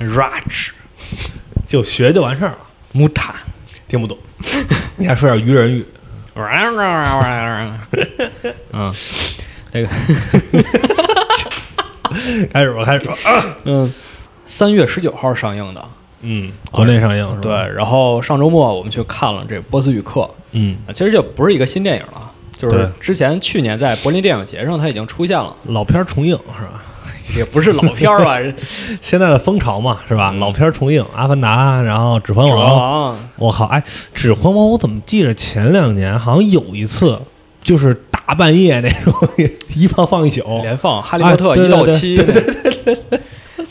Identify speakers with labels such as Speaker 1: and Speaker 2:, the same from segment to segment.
Speaker 1: ，Raj
Speaker 2: 就学就完事儿了，
Speaker 1: Muta，
Speaker 2: 听不懂。你还说点愚人语，
Speaker 1: 嗯，这个
Speaker 2: 开始吧，开始吧。啊
Speaker 1: 嗯，三月十九号上映的，
Speaker 2: 嗯， 国内上映是吧？
Speaker 1: 对，，然后上周末我们去看了这《波斯语课》，
Speaker 2: 嗯，
Speaker 1: 啊其实这不是一个新电影了，就是
Speaker 2: 对
Speaker 1: 之前去年在柏林电影节上它已经出现了，
Speaker 2: 老片儿重映是吧？
Speaker 1: 也不是老片儿 吧，《指
Speaker 2: 现在的风潮嘛，是吧？
Speaker 1: 嗯
Speaker 2: 老片儿重映，《阿凡达》，然后《指环
Speaker 1: 环
Speaker 2: 王》
Speaker 1: 王》
Speaker 2: 我靠，哎，《指环王》我怎么记着前两年好像有一次，就是大半夜那种一放放一宿，
Speaker 1: 连放《哈利波特
Speaker 2: 啊》对
Speaker 1: 一到
Speaker 2: 对
Speaker 1: 七，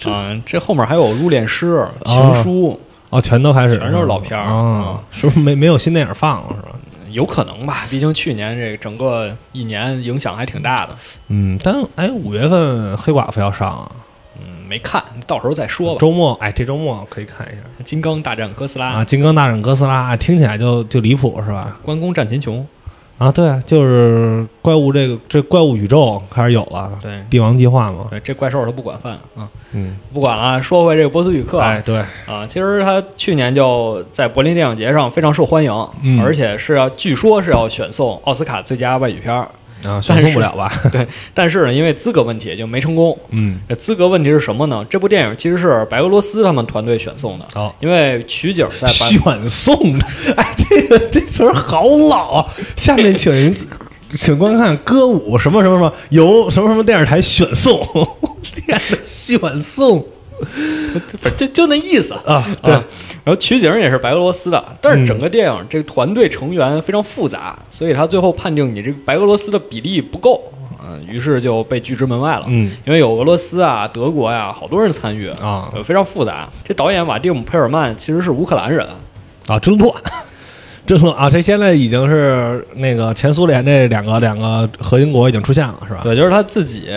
Speaker 1: 嗯，这后面还有《入殓师》《情
Speaker 2: 哦
Speaker 1: 书
Speaker 2: 哦，全都开始
Speaker 1: 全都是老片儿
Speaker 2: 啊，是不是没没有新电影放了是吧？》，
Speaker 1: 有可能吧？毕竟去年这个整个一年影响还挺大的。
Speaker 2: 嗯，但哎，五月份黑寡妇要上啊，
Speaker 1: 嗯，没看，到时候再说吧。
Speaker 2: 周末哎，这周末可以看一下
Speaker 1: 金刚大战哥斯拉，
Speaker 2: 啊，《金刚大战哥斯拉》听起来就就离谱是吧？
Speaker 1: 关公战秦琼，
Speaker 2: 啊，对啊，就是怪物这个这怪物宇宙开始有了，
Speaker 1: 对
Speaker 2: 帝王计划嘛，
Speaker 1: 对，这怪兽他不管饭啊，
Speaker 2: 嗯，
Speaker 1: 不管了。啊说回这个波斯语课，
Speaker 2: 哎，对，
Speaker 1: 啊，其实他去年就在柏林电影节上非常受欢迎，
Speaker 2: 嗯
Speaker 1: 而且是要据说是要选送奥斯卡最佳外语 片儿，
Speaker 2: 啊，宣布不了吧？
Speaker 1: 对，但是呢，因为资格问题就没成功。
Speaker 2: 嗯，
Speaker 1: 这资格问题是什么呢？这部电影其实是白俄罗斯他们团队选送的，
Speaker 2: 好。
Speaker 1: 因为取景在白
Speaker 2: 选送的，哎，这个这词儿好老啊。下面请您，请观看歌舞什么什么什么，由什么什么电视台选送。 天哪，选送
Speaker 1: 不是就就那意思。
Speaker 2: 啊！对，
Speaker 1: 啊然后取景也是白俄罗斯的，但是
Speaker 2: 嗯
Speaker 1: 整个电影这个团队成员非常复杂，所以他最后判定你这个白俄罗斯的比例不够，嗯、于是就被拒之门外了。
Speaker 2: 嗯
Speaker 1: 因为有俄罗斯啊、德国呀、好多人参与
Speaker 2: 啊
Speaker 1: 呃非常复杂。这导演瓦蒂姆·佩尔曼其实是乌克兰人，
Speaker 2: 啊，争乱，争乱啊！这现在已经是那个前苏联这两个两个核心国已经出现了，是吧？
Speaker 1: 对，就是他自己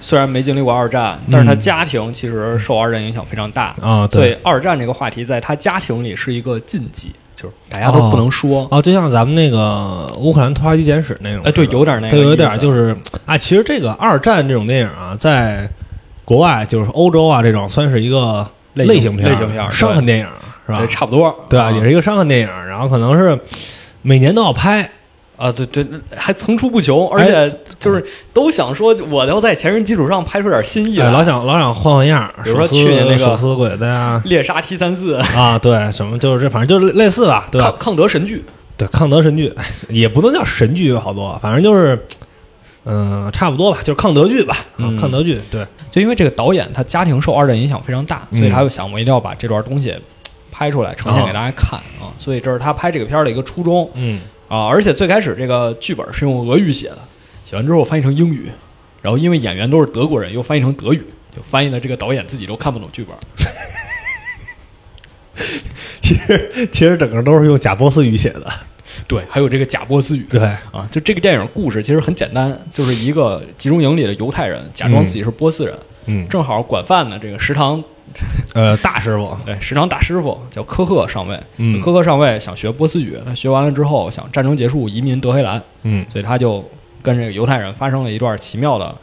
Speaker 1: 虽然没经历过二战，但是他家庭其实受二战影响非常大。
Speaker 2: 啊，
Speaker 1: 所以
Speaker 2: 对。
Speaker 1: 二战这个话题在他家庭里是一个禁忌，就是大家都不能说。
Speaker 2: 哦，就像咱们那个乌克兰土耳其简史那种，
Speaker 1: 哎，对，
Speaker 2: 是吧
Speaker 1: 有点那个意
Speaker 2: 对，
Speaker 1: 思，
Speaker 2: 有点就是啊，其实这个二战这种电影啊，在国外就是欧洲啊这种，算是一个
Speaker 1: 类
Speaker 2: 类
Speaker 1: 型
Speaker 2: 型片儿、
Speaker 1: 类型片儿对
Speaker 2: 伤痕电影是吧
Speaker 1: 对，？差不多，
Speaker 2: 对啊，
Speaker 1: 嗯
Speaker 2: 也是一个伤痕电影，然后可能是每年都要拍，
Speaker 1: 啊，对对，还层出不穷，而且就是都想说，我要在前人基础上拍出点新意
Speaker 2: 哎
Speaker 1: 来。
Speaker 2: 老想老想换换样儿，
Speaker 1: 比如说
Speaker 2: 手撕
Speaker 1: 去年那个。
Speaker 2: 手撕鬼子呀
Speaker 1: 猎杀 T 三四，
Speaker 2: 啊，对，什么就是这，反正就是类似吧，对吧
Speaker 1: 抗？抗德神剧，
Speaker 2: 对，抗德神剧哎也不能叫神剧，有好多，反正就是，嗯、差不多吧，就是抗德剧吧，啊
Speaker 1: 嗯
Speaker 2: 抗德剧，对，
Speaker 1: 就因为这个导演他家庭受二战影响非常大，所
Speaker 2: 嗯
Speaker 1: 以他就想我一定要把这段东西拍出来，呈现给大家看啊。所以这是他拍这个片儿的一个初衷
Speaker 2: 嗯，
Speaker 1: 啊。而且最开始这个剧本是用俄语写的，写完之后翻译成英语，然后因为演员都是德国人，又翻译成德语，就翻译的这个导演自己都看不懂剧本。
Speaker 2: 其实其实整个都是用贾波斯语写的，
Speaker 1: 对，还有这个假波斯语，
Speaker 2: 对，
Speaker 1: 啊，就这个电影故事其实很简单，就是一个集中营里的犹太人假装自己是波斯人，
Speaker 2: 嗯，
Speaker 1: 正好管饭的这个食堂
Speaker 2: 呃，大师傅，
Speaker 1: 对食堂大师傅叫科赫上尉，
Speaker 2: 嗯
Speaker 1: 科赫上尉想学波斯语，他学完了之后想战争结束移民德黑兰，
Speaker 2: 嗯
Speaker 1: 所以他就跟这个犹太人发生了一段奇妙的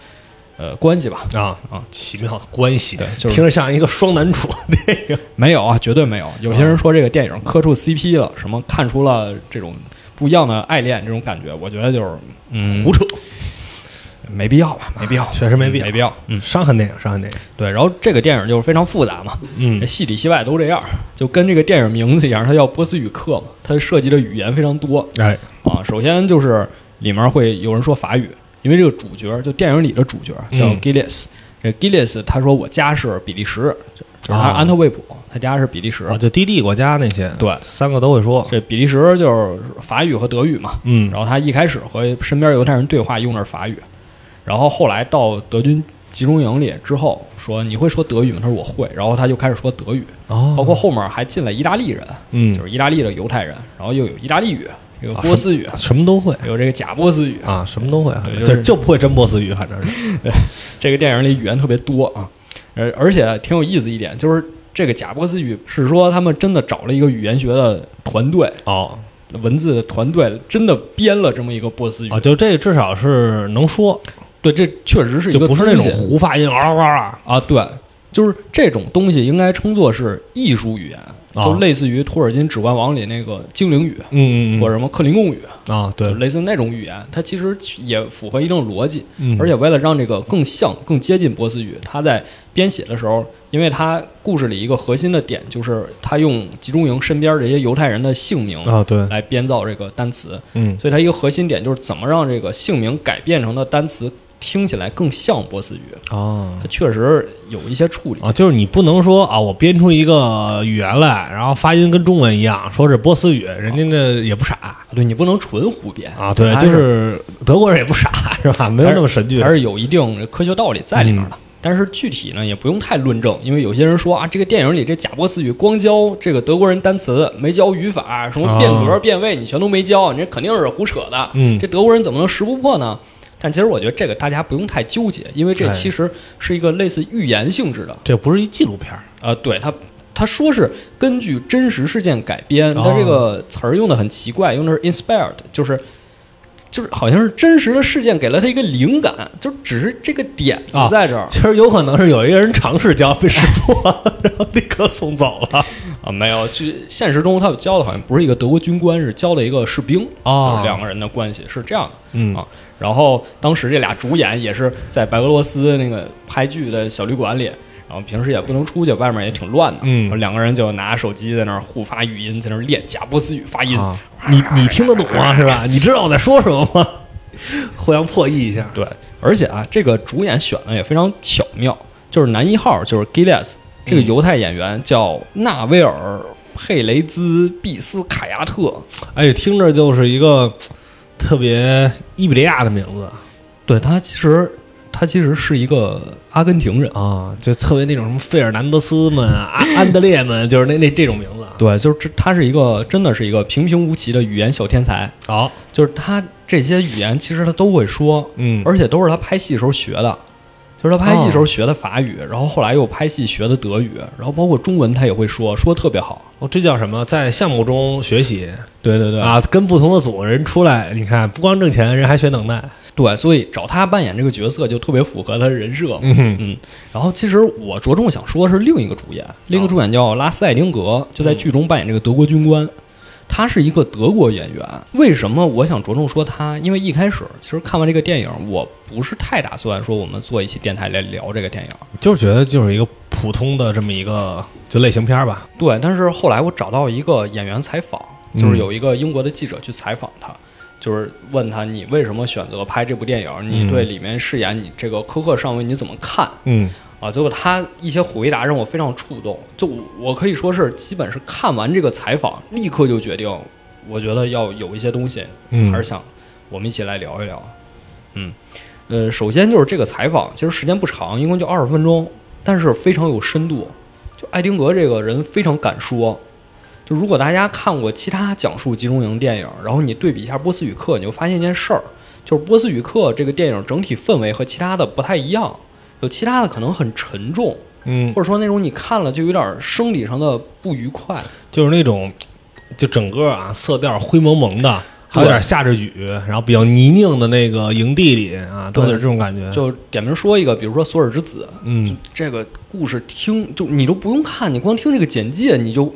Speaker 1: 呃关系吧。
Speaker 2: 啊
Speaker 1: 啊，
Speaker 2: 奇妙的关系，
Speaker 1: 对就是
Speaker 2: 听着像一个双男主的电影，
Speaker 1: 没有啊，绝对没有。有些人说这个电影磕出 CP 了，什么看出了这种不一样的爱恋这种感觉，我觉得就是嗯
Speaker 2: 胡扯，
Speaker 1: 没必要吧，没 必要，
Speaker 2: 确实没必要
Speaker 1: 没必要。嗯，
Speaker 2: 伤痕电影，伤痕电影，
Speaker 1: 对。然后这个电影就是非常复杂嘛，这
Speaker 2: 嗯
Speaker 1: 戏里戏外都这样，就跟这个电影名字一样，它叫波斯语课嘛，它涉及的语言非常多
Speaker 2: 哎，
Speaker 1: 啊。首先就是里面会有人说法语，因为这个主角就电影里的主角叫
Speaker 2: 嗯
Speaker 1: Gillis，、这 Gillis 他说我家是比利时，就就是他
Speaker 2: 啊
Speaker 1: 是安特卫普，他家是比利时。
Speaker 2: 啊，就低地国家那些，
Speaker 1: 对
Speaker 2: 三个都会说，
Speaker 1: 这比利时就是法语和德语嘛，
Speaker 2: 嗯
Speaker 1: 然后他一开始和身边犹太人对话用的是法语，然后后来到德军集中营里之后说你会说德语吗？他说我会，然后他就开始说德语，
Speaker 2: 哦，
Speaker 1: 包括后面还进了意大利人，
Speaker 2: 嗯
Speaker 1: 就是意大利的犹太人，然后又有意大利语，有波斯语，
Speaker 2: 什么都会
Speaker 1: 有这个假波斯语。
Speaker 2: 啊，什么都会，就
Speaker 1: 对就是
Speaker 2: 就不会真波斯语，反正 是，
Speaker 1: 这个电影里语言特别多啊，呃，而且挺有意思一点，就是这个假波斯语是说他们真的找了一个语言学的团队，
Speaker 2: 哦
Speaker 1: 文字团队真的编了这么一个波斯语。
Speaker 2: 哦，就这至少是能说，
Speaker 1: 对，这确实是一
Speaker 2: 就
Speaker 1: 个
Speaker 2: 不是那
Speaker 1: 东
Speaker 2: 种
Speaker 1: 西
Speaker 2: 胡发音嗷嗷啊，
Speaker 1: 啊，对，就是这种东西应该称作是艺术语言，
Speaker 2: 啊
Speaker 1: 就类似于托尔金《指环王》里那个精灵语，
Speaker 2: 嗯嗯
Speaker 1: 或者什么克林贡语，
Speaker 2: 嗯啊，
Speaker 1: 就
Speaker 2: 对，
Speaker 1: 呃类似那种语言，它其实也符合一定逻辑。
Speaker 2: 嗯
Speaker 1: 而且为了让这个更像、更接近波斯语，他在编写的时候，因为他故事里一个核心的点就是他用集中营身边这些犹太人的姓名
Speaker 2: 啊，对，
Speaker 1: 来编造这个单词，
Speaker 2: 嗯
Speaker 1: 所以它一个核心点就是怎么让这个姓名改变成的单词听起来更像波斯语。
Speaker 2: 啊
Speaker 1: 它确实有一些处理，
Speaker 2: 啊，就是你不能说啊，我编出一个语言来，然后发音跟中文一样，说是波斯语，人家那也不傻
Speaker 1: 对你不能纯胡编
Speaker 2: 啊，对，
Speaker 1: 还
Speaker 2: 就是是德国人也不傻 是吧？没有那么神剧，嗯
Speaker 1: 还是有一定科学道理在里面的。但是具体呢，也不用太论证，因为有些人说啊，这个电影里这假波斯语光教这个德国人单词，没教语法，什么变格、
Speaker 2: 啊
Speaker 1: 变位，你全都没教，你这肯定是胡扯的。
Speaker 2: 嗯
Speaker 1: 这德国人怎么能识不破呢？但其实我觉得这个大家不用太纠结，因为这
Speaker 2: 哎
Speaker 1: 其实是一个类似寓言性质的，
Speaker 2: 这不是一纪录片儿
Speaker 1: 呃，对他，他说是根据真实事件改编，
Speaker 2: 哦
Speaker 1: 他这个词儿用的很奇怪，用的是 inspired，就是就是好像是真实的事件给了他一个灵感，就只是这个点子
Speaker 2: 啊
Speaker 1: 在这儿
Speaker 2: 其实有可能是有一个人尝试教被识破， 然后立刻送走了。
Speaker 1: 啊，没有，就现实中他们教的好像不是一个德国军官，是教的一个士兵，
Speaker 2: 哦
Speaker 1: 就是两个人的关系是这样的。
Speaker 2: 嗯
Speaker 1: 啊，然后当时这俩主演也是在白俄罗斯那个拍剧的小旅馆里，然后平时也不能出去，外面也挺乱的，
Speaker 2: 嗯
Speaker 1: 然后两个人就拿手机在那儿互发语音，在那儿练假波斯语发音，
Speaker 2: 啊，你你听得懂啊吗？是 吧？你知道我在说什么吗？ 互相破译一下。
Speaker 1: 对，而且啊，这个主演选的也非常巧妙，就是男一号就是 Gilles，这个
Speaker 2: 嗯
Speaker 1: 犹太演员叫纳威尔·佩雷兹·毕斯凯亚特，
Speaker 2: 哎，听着就是一个特别伊比利亚的名字
Speaker 1: 对他其实他其实是一个阿根廷人。
Speaker 2: 啊，就特别那种什么费尔南德斯们、啊、 安德烈们，就是那那这种名字。
Speaker 1: 对，就是这，他是一个真的是一个平平无奇的语言小天才，
Speaker 2: 好，
Speaker 1: 就是他这些语言其实他都会说，
Speaker 2: 嗯哦
Speaker 1: 而且都是他拍戏时候学的，就是他拍戏时候学的法语，然后后来又拍戏学的德语，然后包括中文他也会说，说得特别好。
Speaker 2: 哦，这叫什么？在项目中学习
Speaker 1: 对对对，
Speaker 2: 啊，跟不同的组人出来，你看不光挣钱，人还学能耐。
Speaker 1: 对，所以找他扮演这个角色就特别符合他的人设嘛。
Speaker 2: 嗯哦哼
Speaker 1: 嗯，然后其实我着重想说的是另一个主演，另一个主演叫拉斯艾丁格，就在剧中扮演这个德国军官。他是一个德国演员，为什么我想着重说他？因为一开始其实看完这个电影，我不是太打算说我们做一期电台来聊这个电影。
Speaker 2: 就是觉得就是一个普通的这么一个就类型片儿吧。
Speaker 1: 对，但是后来我找到一个演员采访，
Speaker 2: 嗯
Speaker 1: 就是有一个英国的记者去采访他，就是问他你为什么选择拍这部电影？你
Speaker 2: 嗯
Speaker 1: 对里面饰演你这个科克上尉你怎么看？
Speaker 2: 嗯
Speaker 1: 啊，结果他一些回答让我非常触动，就我我可以说是基本是看完这个采访，立刻就决定，我觉得要有一些东西，
Speaker 2: 嗯
Speaker 1: 还是想我们一起来聊一聊。嗯，呃，首先就是这个采访，其实时间不长，一共就二十分钟，但是非常有深度。就艾丁格这个人非常敢说，就如果大家看过其他讲述集中营电影，然后你对比一下波斯语课，你就发现一件事儿，就是波斯语课这个电影整体氛围和其他的不太一样，有其他的可能很沉重，
Speaker 2: 嗯
Speaker 1: 或，者说那种你看了就有点生理上的不愉快。
Speaker 2: 就是那种，就整个啊色调灰蒙蒙的，还有
Speaker 1: 对
Speaker 2: 点下着雨，然后比较泥泞的那个营地里啊，都
Speaker 1: 对
Speaker 2: 有这种感觉。
Speaker 1: 就点名说一个，比如说《索尔之子》，
Speaker 2: 嗯
Speaker 1: 这个故事听就你都不用看，你光听这个简介你就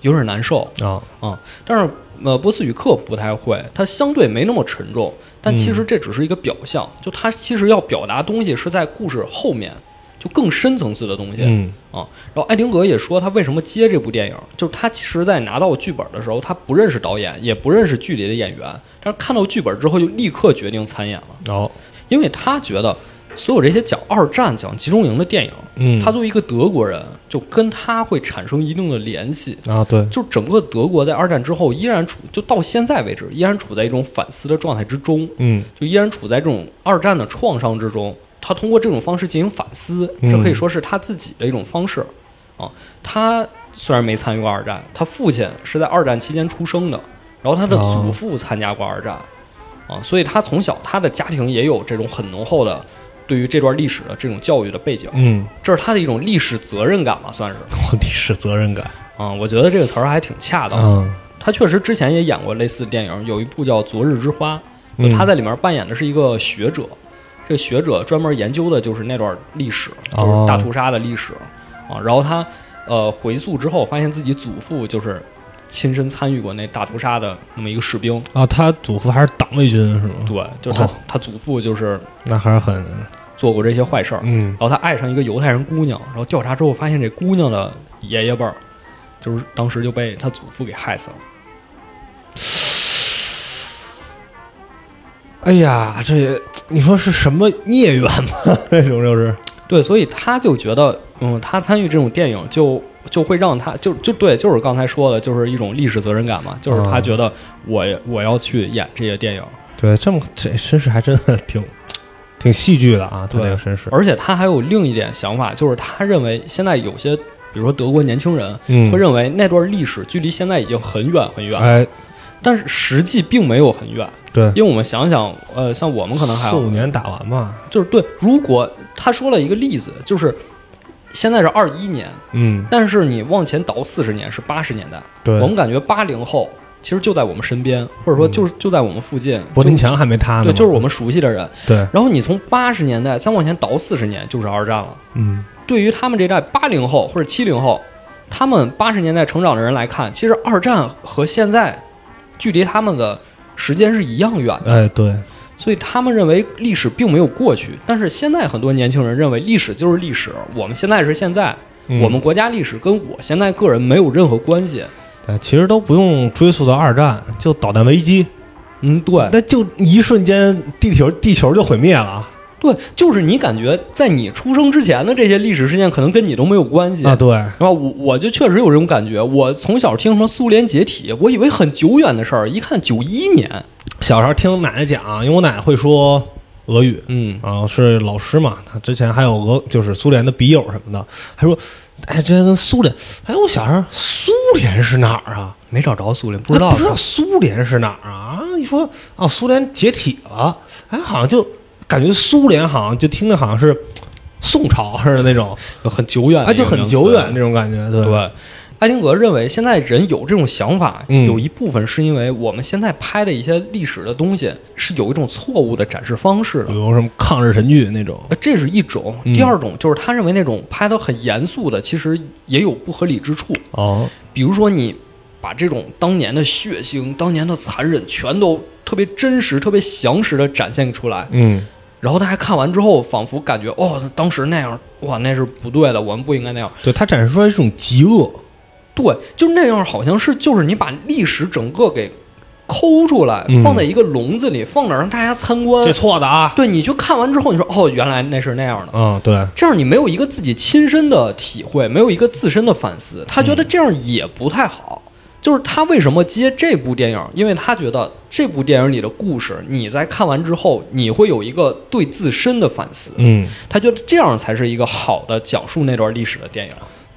Speaker 1: 有点难受。
Speaker 2: 啊
Speaker 1: 啊、但是呃，波斯语课不太会，它相对没那么沉重，但其
Speaker 2: 嗯
Speaker 1: 实这只是一个表象，就它其实要表达东西是在故事后面，就更深层次的东西。
Speaker 2: 嗯
Speaker 1: 啊，然后艾丁格也说他为什么接这部电影，就是他其实在拿到剧本的时候，他不认识导演，也不认识剧里的演员，但是看到剧本之后就立刻决定参演了，
Speaker 2: 哦
Speaker 1: 因为他觉得所有这些讲二战、讲集中营的电影，
Speaker 2: 嗯，
Speaker 1: 他作为一个德国人，就跟他会产生一定的联系。
Speaker 2: 啊对
Speaker 1: 就整个德国在二战之后依然处，就到现在为止依然处在一种反思的状态之中，
Speaker 2: 嗯
Speaker 1: 就依然处在这种二战的创伤之中。他通过这种方式进行反思，
Speaker 2: 嗯
Speaker 1: 这可以说是他自己的一种方式啊。他虽然没参与过二战，他父亲是在二战期间出生的，然后他的
Speaker 2: 哦
Speaker 1: 祖父参加过二战啊，所以他从小他的家庭也有这种很浓厚的对于这段历史的这种教育的背景，
Speaker 2: 嗯，
Speaker 1: 这是他的一种历史责任感吧，算是
Speaker 2: 我历史责任感
Speaker 1: 啊。我觉得这个词儿还挺恰当的。
Speaker 2: 嗯
Speaker 1: 他确实之前也演过类似的电影，有一部叫《昨日之花》，
Speaker 2: 嗯
Speaker 1: 他在里面扮演的是一个学者，这个学者专门研究的就是那段历史，就
Speaker 2: 哦
Speaker 1: 是大屠杀的历史。啊。然后他呃回溯之后，发现自己祖父就是亲身参与过那大屠杀的那么一个士兵。
Speaker 2: 啊，他祖父还是党卫军是吗？
Speaker 1: 对，就是他、
Speaker 2: 哦
Speaker 1: 他祖父就是
Speaker 2: 那还是很
Speaker 1: 做过这些坏事儿。
Speaker 2: 嗯
Speaker 1: 然后他爱上一个犹太人姑娘，然后调查之后发现这姑娘的爷爷辈儿，就是当时就被他祖父给害死了。
Speaker 2: 哎呀，这也你说是什么孽缘吗？ 这种就是，
Speaker 1: 对，所以他就觉得，嗯，他参与这种电影就就会让他就就对，就是刚才说的，就是一种历史责任感嘛，就是他
Speaker 2: 嗯
Speaker 1: 觉得我我要去演这些电影，
Speaker 2: 对，这么这绅士还真的挺挺戏剧的啊，他这
Speaker 1: 对
Speaker 2: 个绅士，
Speaker 1: 而且他还有另一点想法，就是他认为现在有些，比如说德国年轻人
Speaker 2: 嗯
Speaker 1: 会认为那段历史距离现在已经很远很远，
Speaker 2: 哎，
Speaker 1: 但是实际并没有很远，
Speaker 2: 对，
Speaker 1: 因为我们想想，呃，像我们可能还
Speaker 2: 四
Speaker 1: 有
Speaker 2: 五年打完嘛，
Speaker 1: 就是对，如果他说了一个例子，就是现在是二一年，
Speaker 2: 嗯，
Speaker 1: 但是你往前倒四十年是八十年代，
Speaker 2: 对
Speaker 1: 我，们感觉八零后其实就在我们身边，或者说就是就在我们附近，
Speaker 2: 嗯柏林
Speaker 1: 就
Speaker 2: 墙还没塌呢嘛，
Speaker 1: 对，就是我们熟悉的人。
Speaker 2: 对，
Speaker 1: 然后你从八十年代再往前倒四十年，就是二战了。
Speaker 2: 嗯，
Speaker 1: 对于他们这代八零后或者七零后，他们八十年代成长的人来看，其实二战和现在距离他们的时间是一样远的。
Speaker 2: 哎，对，
Speaker 1: 所以他们认为历史并没有过去，但是现在很多年轻人认为历史就是历史，我们现在是现在，
Speaker 2: 嗯
Speaker 1: 我们国家历史跟我现在个人没有任何关系。
Speaker 2: 对，哎其实都不用追溯到二战，就导弹危机，
Speaker 1: 嗯，对
Speaker 2: 那就一瞬间地球地球就毁灭了啊！
Speaker 1: 对，就是你感觉在你出生之前的这些历史事件，可能跟你都没有关系。
Speaker 2: 啊，对，
Speaker 1: 然后我我就确实有这种感觉，我从小听什么苏联解体，我以为很久远的事儿，一看九一年，
Speaker 2: 小时候听奶奶讲，因为我奶奶会说俄语，
Speaker 1: 嗯，
Speaker 2: 啊，是老师嘛，他之前还有俄就是苏联的笔友什么的，还说，哎，之前跟苏联，哎，我小时候苏联是哪儿啊？
Speaker 1: 没找着苏联，不
Speaker 2: 不
Speaker 1: 知道
Speaker 2: 不知道苏联是哪儿啊？啊一说哦，苏联解体了，哎，好像就感觉苏联好像就听着好像是宋朝似的那种，
Speaker 1: 很久远，
Speaker 2: 哎，就很久远那种感觉，对
Speaker 1: 对，艾丁格认为现在人有这种想法，
Speaker 2: 嗯
Speaker 1: 有一部分是因为我们现在拍的一些历史的东西是有一种错误的展示方式的
Speaker 2: 比。如什么抗日神剧那种，
Speaker 1: 呃这是一种，
Speaker 2: 嗯
Speaker 1: 第二种就是他认为那种拍的很严肃的，其实也有不合理之处。
Speaker 2: 哦，
Speaker 1: 比如说，你把这种当年的血腥、当年的残忍，全都特别真实、特别详实的展现出来，
Speaker 2: 嗯，
Speaker 1: 然后大家看完之后，仿佛感觉哦，当时那样，哇，那是不对的，我们不应该那样。
Speaker 2: 对，它展示出来是一种极恶，
Speaker 1: 对，就是那样，好像是就是你把历史整个给抠出来，
Speaker 2: 嗯
Speaker 1: 放在一个笼子里，放那儿让大家参观
Speaker 2: 这。错的啊，
Speaker 1: 对，你去看完之后，你说哦，原来那是那样的。
Speaker 2: 嗯，对，
Speaker 1: 这样你没有一个自己亲身的体会，没有一个自身的反思，他觉得这样也不太好。就是他为什么接这部电影，因为他觉得这部电影里的故事，你在看完之后，你会有一个对自身的反思。
Speaker 2: 嗯。
Speaker 1: 他觉得这样才是一个好的讲述那段历史的电影。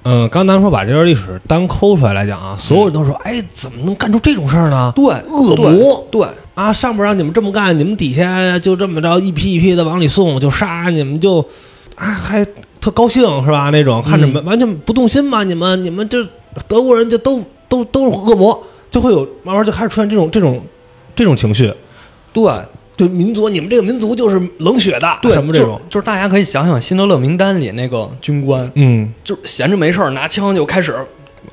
Speaker 2: 嗯，刚才咱们说把这段历史单抠出来来讲啊，所有人都说，哎，怎么能干出这种事儿呢？
Speaker 1: 对，
Speaker 2: 恶魔
Speaker 1: 对，对
Speaker 2: 啊，上边让你们这么干，你们底下就这么着一批一批的往里送，就杀你们就，啊，还特高兴是吧？那种看着没、完全不动心吧？你们你们这德国人就都都都是恶魔，就会有慢慢就开始出现这种这种这种情绪，
Speaker 1: 对
Speaker 2: 就民族你们这个民族就是冷血的，
Speaker 1: 对，
Speaker 2: 什么这种，
Speaker 1: 就就是大家可以想想《辛德勒名单》里那个军官，
Speaker 2: 嗯，
Speaker 1: 就闲着没事儿拿枪就开始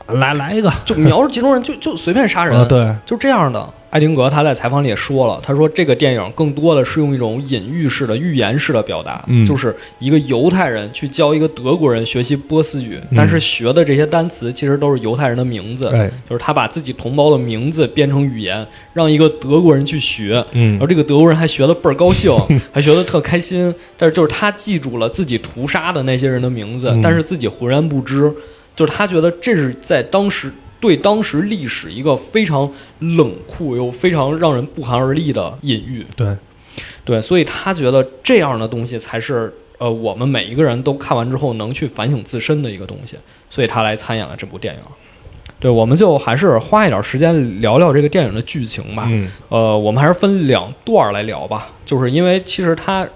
Speaker 2: 来来一个，
Speaker 1: 就瞄着集中人就就随便杀人，
Speaker 2: 啊，，对，
Speaker 1: 就这样的。艾丁格他在采访里也说了，他说这个电影更多的是用一种隐喻式的、寓言式的表达，
Speaker 2: 嗯
Speaker 1: 就是一个犹太人去教一个德国人学习波斯语，
Speaker 2: 嗯
Speaker 1: 但是学的这些单词其实都是犹太人的名字，
Speaker 2: 哎，
Speaker 1: 就是他把自己同胞的名字编成语言，让一个德国人去学，
Speaker 2: 嗯
Speaker 1: 然后这个德国人还学得倍儿高 兴，还学得特开心。但是就是他记住了自己屠杀的那些人的名字，
Speaker 2: 嗯
Speaker 1: 但是自己浑然不知，就是他觉得这是在当时对当时历史一个非常冷酷又非常让人不寒而栗的隐喻。
Speaker 2: 对，
Speaker 1: 对，所以他觉得这样的东西才是。呃，我们每一个人都看完之后能去反省自身的一个东西，所以他来参演了这部电影。对，我们就还是花一点时间聊聊这个电影的剧情吧。
Speaker 2: 嗯
Speaker 1: 呃，我们还是分两段儿来聊吧，就是因为其实它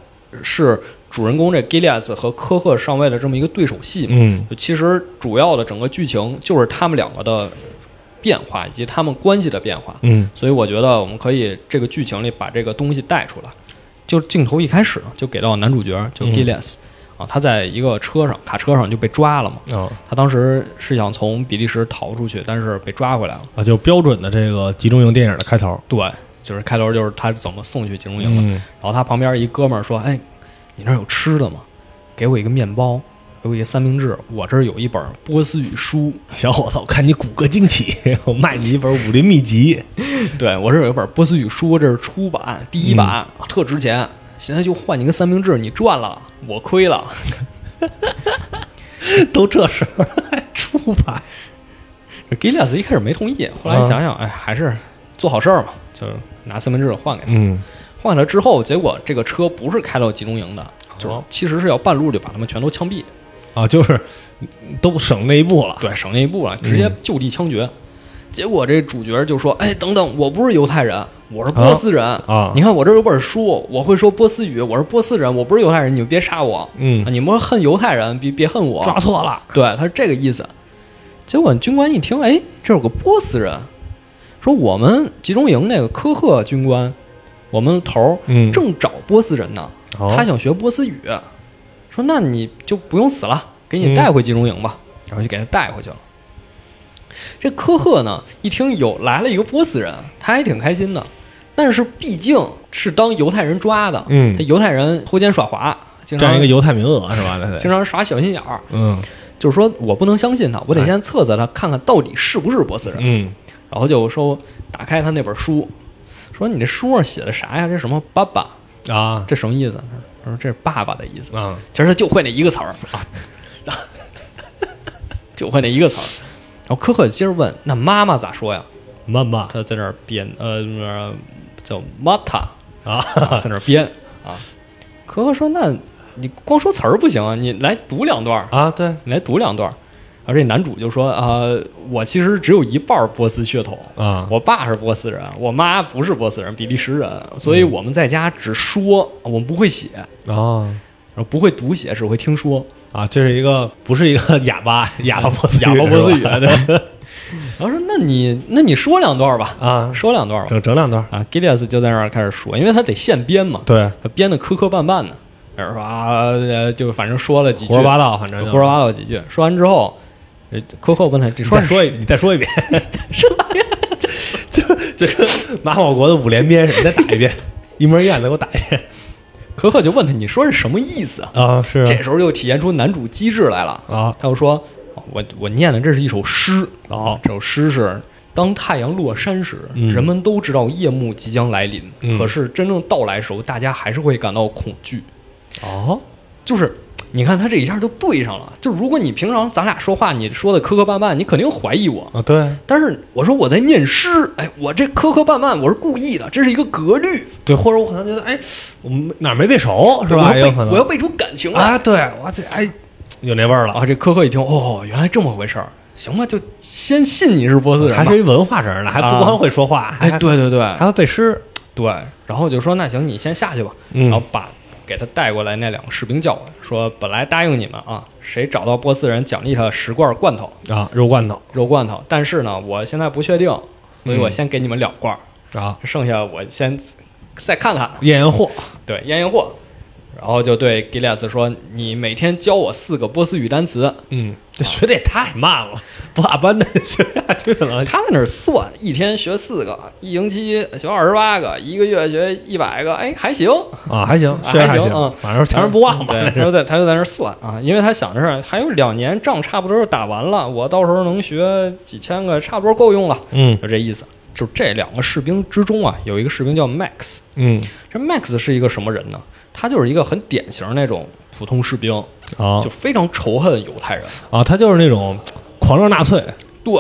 Speaker 1: 是主人公这 Gillias 和科赫上尉的这么一个对手戏嘛。
Speaker 2: 嗯，
Speaker 1: 其实主要的整个剧情就是他们两个的变化以及他们关系的变化，
Speaker 2: 嗯，
Speaker 1: 所以我觉得我们可以这个剧情里把这个东西带出来。就镜头一开始就给到男主角，就
Speaker 2: 嗯
Speaker 1: Gillias，、啊，他在一个车上卡车上就被抓了嘛。
Speaker 2: 啊
Speaker 1: 他当时是想从比利时逃出去，但是被抓回来了。
Speaker 2: 啊，就标准的这个集中营电影的开头。
Speaker 1: 对，就是开头就是他怎么送去集中营的。
Speaker 2: 嗯
Speaker 1: 然后他旁边一哥们儿说：“哎，你那儿有吃的吗？给我一个面包，给我一个三明治。我这儿有一本波斯语书，
Speaker 2: 小伙子，我看你骨骼惊奇， 我卖你一本武林秘籍。 嗯
Speaker 1: 对我这儿有一本波斯语书，这是初版第一版，
Speaker 2: 嗯
Speaker 1: 特值钱。现在就换你个三明治，你赚了，我亏 了。
Speaker 2: 都这时候了还出版？
Speaker 1: 这 Gillias 一开始没同意，后来想想，哎，还是做好事儿嘛，就拿三明治换给他。
Speaker 2: 嗯，
Speaker 1: 换给他之后，结果这个车不是开到集中营的，就是
Speaker 2: 哦
Speaker 1: 其实是要半路就把他们全都枪毙。
Speaker 2: 啊，就是都省那一步了。
Speaker 1: 对，省那一步了，直接
Speaker 2: 嗯
Speaker 1: 就地枪决。结果这主角就说：“哎，等等，我不是犹太人，我是波斯人
Speaker 2: 啊
Speaker 1: 你看我这有本书，我会说波斯语，我是波斯人，我不是犹太人，你们别杀我。啊
Speaker 2: 嗯，
Speaker 1: 你们恨犹太人，别别恨我。
Speaker 2: 抓错了。
Speaker 1: 对，他是这个意思。结果军官一听，哎，这有个波斯人，说我们集中营那个科赫军官，我们头儿
Speaker 2: 嗯
Speaker 1: 正找波斯人呢，
Speaker 2: 哦
Speaker 1: 他想学波斯语，说那你就不用死了，给你带回集中营吧，
Speaker 2: 嗯
Speaker 1: 然后就给他带回去了。这科赫呢，一听有来了一个波斯人，他还挺开心的，但是毕竟是当犹太人抓的，
Speaker 2: 嗯
Speaker 1: 这犹太人偷奸耍滑，经常
Speaker 2: 占一个犹太名额是吧？那得
Speaker 1: 经常耍小心眼儿，
Speaker 2: 嗯
Speaker 1: 就是说我不能相信他，我得
Speaker 2: 哎
Speaker 1: 先测测他，看看到底是不是波斯人。
Speaker 2: 嗯
Speaker 1: 然后就说打开他那本书，说你这书上写的啥呀？这什么爸爸？
Speaker 2: 啊
Speaker 1: 这什么意思？他说这是爸爸的意思。
Speaker 2: 啊
Speaker 1: 其实他就会那一个词儿啊， 就会那一个词儿。然后科克接着问：“那妈妈咋说呀
Speaker 2: 妈？”妈
Speaker 1: 他在那儿编，呃，呃叫 Mata，
Speaker 2: 啊，
Speaker 1: 在那儿编啊。科克说：“那你光说词儿不行啊，你来读两段儿，
Speaker 2: 啊，对
Speaker 1: 你来读两段儿。”然后这男主就说：“啊、我其实只有一半儿波斯血统，
Speaker 2: 啊，
Speaker 1: 我爸是波斯人，我妈不是波斯人，比利时人，所
Speaker 2: 嗯
Speaker 1: 以我们在家只说，我们不会写，
Speaker 2: 啊
Speaker 1: 然后不会读写，只会听说。
Speaker 2: 啊，这是一个不是一个 哑巴哑巴波斯
Speaker 1: 哑巴波斯语
Speaker 2: 是吧
Speaker 1: 对。然后说：“那你那你说两段吧，
Speaker 2: 啊，
Speaker 1: 说两段 吧。
Speaker 2: 整整两段”。
Speaker 1: 啊 g i l l i a s 就在那儿开始说，因为他得现编嘛，
Speaker 2: 对，
Speaker 1: 他编的磕磕绊绊的，然后说啊，呃就反正说了几句
Speaker 2: 胡说八道，反正就
Speaker 1: 胡说八道几句。说完之后，呃科赫问他：“这
Speaker 2: 你
Speaker 1: 说
Speaker 2: 再说一，你 再说一遍，什么呀？ 就就跟马保国的五连鞭似的，再打一遍，一模一样的，给我打一遍
Speaker 1: 科赫就问他：“你说是什么意思啊
Speaker 2: 啊！是？”
Speaker 1: 这时候就体现出男主机智来了。
Speaker 2: 啊，
Speaker 1: 他就说：“哦我我念的这是一首诗，
Speaker 2: 哦，
Speaker 1: 这首诗是当太阳落山时，
Speaker 2: 嗯
Speaker 1: 人们都知道夜幕即将来临，
Speaker 2: 嗯
Speaker 1: 可是真正到来时候，大家还是会感到恐惧。
Speaker 2: 哦，
Speaker 1: 就是你看他这一下就对上了。就如果你平常咱俩说话，你说的磕磕绊绊，你肯定怀疑我。
Speaker 2: 啊，对，
Speaker 1: 但是我说我在念诗，哎，我这磕磕绊绊我是故意的，这是一个格律，
Speaker 2: 对，或者我可能觉得，哎，我们哪儿没背熟是吧？
Speaker 1: 我
Speaker 2: 也有
Speaker 1: 要
Speaker 2: 可
Speaker 1: 背
Speaker 2: 能
Speaker 1: 我要背出感情来。
Speaker 2: 啊，对，我这哎，有那味儿了。
Speaker 1: 啊，这科赫一听，哦，原来这么回事儿，行吧，就先信你是波斯人
Speaker 2: 还
Speaker 1: 吧。
Speaker 2: 是一文化人呢，还不光会说话，
Speaker 1: 哎，
Speaker 2: 还，
Speaker 1: 对对对，
Speaker 2: 还会背诗。
Speaker 1: 对，然后就说那行，你先下去吧，
Speaker 2: 嗯
Speaker 1: 然后把给他带过来那两个士兵叫过来，说本来答应你们啊，谁找到波斯人奖励他十罐罐头
Speaker 2: 啊，肉罐头
Speaker 1: 肉罐头，但是呢，我现在不确定，所
Speaker 2: 嗯
Speaker 1: 以我先给你们两罐儿，
Speaker 2: 啊，
Speaker 1: 剩下我先再看看，
Speaker 2: 验验货
Speaker 1: 对，验验货。然后就对 Gillias 说：“你每天教我四个波斯语单词。
Speaker 2: 嗯，这学的也太慢了，不按班的 学不下去”了。
Speaker 1: 他在那儿算，一天学四个，一星期学二十八个，一个月学一百个，哎，还 行。
Speaker 2: 啊，还行，
Speaker 1: 啊
Speaker 2: 虽然还
Speaker 1: 还行
Speaker 2: 行，
Speaker 1: 嗯
Speaker 2: 反正前人不忘 嘛。
Speaker 1: 对，
Speaker 2: 那
Speaker 1: 他
Speaker 2: 是
Speaker 1: 就在他就在那儿算啊，因为他想着是还有两年仗差不多就打完了，我到时候能学几千个，差不多够用了，
Speaker 2: 嗯
Speaker 1: 就这意思。就是这两个士兵之中啊，有一个士兵叫 Max，
Speaker 2: 嗯，
Speaker 1: 这 Max 是一个什么人呢？他就是一个很典型那种普通士兵，
Speaker 2: 啊
Speaker 1: 就非常仇恨犹太人。
Speaker 2: 啊，他就是那种狂热纳粹
Speaker 1: 对，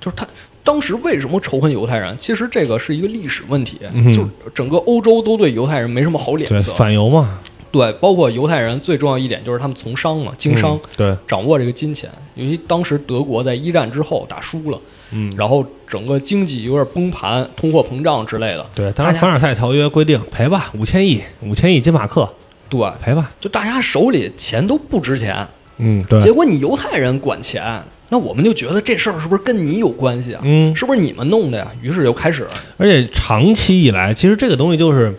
Speaker 1: 就是他当时为什么仇恨犹太人？其实这个是一个历史问题，
Speaker 2: 嗯
Speaker 1: 就是整个欧洲都对犹太人没什么好脸
Speaker 2: 对
Speaker 1: 色。
Speaker 2: 反犹嘛，
Speaker 1: 对，包括犹太人最重要一点就是他们从商嘛，经商。
Speaker 2: 嗯对，
Speaker 1: 掌握这个金钱，尤其当时德国在一战之后打输了，
Speaker 2: 嗯
Speaker 1: 然后整个经济有点崩盘，通货膨胀之类的，
Speaker 2: 对，当
Speaker 1: 大
Speaker 2: 然
Speaker 1: 家
Speaker 2: 凡尔赛条约规定赔吧，五千亿，五千亿金马克
Speaker 1: 对，
Speaker 2: 赔吧，
Speaker 1: 就大家手里钱都不值钱，
Speaker 2: 嗯对
Speaker 1: 结果你犹太人管钱，那我们就觉得这事儿是不是跟你有关系啊？
Speaker 2: 嗯，
Speaker 1: 是不是你们弄的呀？于是就开始，
Speaker 2: 而且长期以来，其实这个东西就是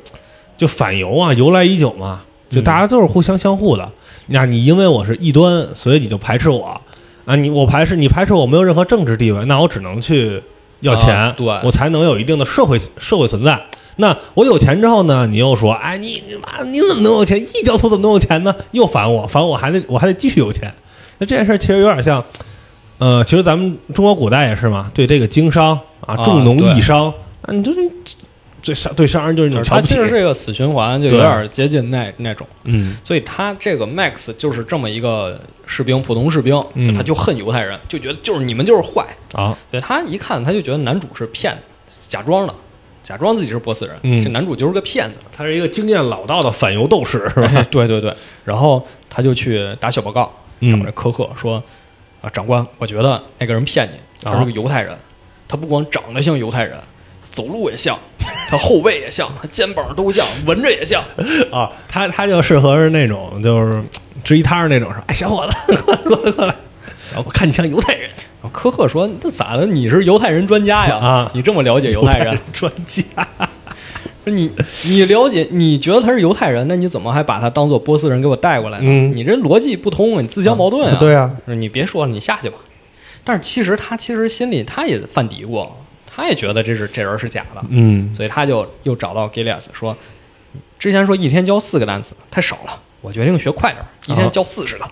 Speaker 2: 就反犹啊，由来已久嘛。就大家都是互相相互的。那、你因为我是异端，所以你就排斥我啊！你我排斥你排斥我没有任何政治地位，那我只能去要钱，
Speaker 1: 啊对
Speaker 2: 我才能有一定的社会社会存在。那我有钱之后呢？你又说，哎，你你妈，你怎么能有钱？一交头怎么能有钱呢？又烦我，烦我还得我还得继续有钱。那这件事儿其实有点像，呃，其实咱们中国古代也是嘛，对这个经商啊，
Speaker 1: 啊
Speaker 2: 重农
Speaker 1: 对
Speaker 2: 抑商啊，你就是对商对商人就是那种
Speaker 1: 就是
Speaker 2: 瞧
Speaker 1: 它
Speaker 2: 不
Speaker 1: 其
Speaker 2: 起，
Speaker 1: 实是一个死循环，就有
Speaker 2: 对
Speaker 1: 点接近那那种。
Speaker 2: 嗯
Speaker 1: 所以他这个 Max 就是这么一个士兵，普通士兵，
Speaker 2: 嗯
Speaker 1: 就他就恨犹太人，就觉得就是你们就是坏。
Speaker 2: 啊，
Speaker 1: 对他一看他就觉得男主是骗子，假装的，假装自己是波斯人，
Speaker 2: 嗯
Speaker 1: 这男主就是个骗子。
Speaker 2: 他是一个经验老道的反犹斗士，是吧？
Speaker 1: 哎 对对对，然后他就去打小报告，找这科克说：“啊，长官，我觉得那个人骗你，他是
Speaker 2: 啊
Speaker 1: 个犹太人，他不光长得像犹太人，走路也像，他后背也像，他肩膀都像，闻着也像。
Speaker 2: 啊，他他就适合是那种就是支一摊儿那种，说哎小伙子，过来过来过来，然后我看你像犹太人，
Speaker 1: 然后科克说：‘那咋的？你是犹太人专家呀？
Speaker 2: 啊
Speaker 1: 你这么了解犹太人？
Speaker 2: 专家，
Speaker 1: 说你你了解？你觉得他是犹太人，那你怎么还把他当做波斯人给我带过来呢？
Speaker 2: 嗯
Speaker 1: 你这逻辑不通啊，你自相矛盾啊！
Speaker 2: 对啊，
Speaker 1: 说你别说了，你下去吧。’但是其实他其实心里他也犯嘀咕，他也觉得这是这人是假的。
Speaker 2: 嗯
Speaker 1: 所以他就又找到 Gillias 说，之前说一天教四个单词太少了，我决定学快点儿，一
Speaker 2: 啊
Speaker 1: 天教四十个，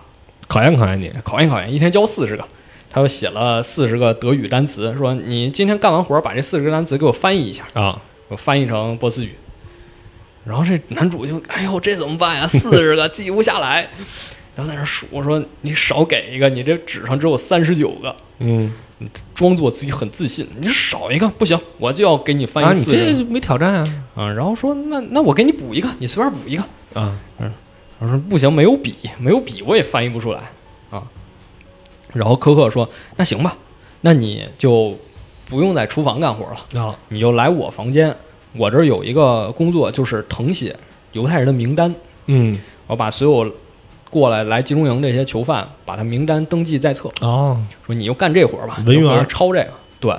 Speaker 2: 考验考验你，
Speaker 1: 考验考验，一天教四十个。他又写了四十个德语单词，说你今天干完活儿把这四十个单词给我翻译一下，
Speaker 2: 啊，
Speaker 1: 我翻译成波斯语。然后这男主就，哎呦，这怎么 办呀？四十个记不下来，然后在那儿数，我说你少给一个，你这纸上只有三十九个，
Speaker 2: 嗯，
Speaker 1: 装作自己很自信，你少一个不行，我就要给你
Speaker 2: 啊，
Speaker 1: 翻译
Speaker 2: 你
Speaker 1: 四十、
Speaker 2: 这没挑战啊
Speaker 1: 啊，然后说那那我给你补一个，你随便补一个。
Speaker 2: 啊，
Speaker 1: 我说不行，没有笔，没有笔我也翻译不出来啊。然后科克说那行吧，那你就不用在厨房干活了，
Speaker 2: 啊
Speaker 1: 你就来我房间，我这儿有一个工作就是誊写犹太人的名单，
Speaker 2: 嗯
Speaker 1: 我把所有过来来集中营这些囚犯，把他名单登记在册，
Speaker 2: 哦，
Speaker 1: 说你就干这活儿吧，
Speaker 2: 文员
Speaker 1: 你就回来抄这个对。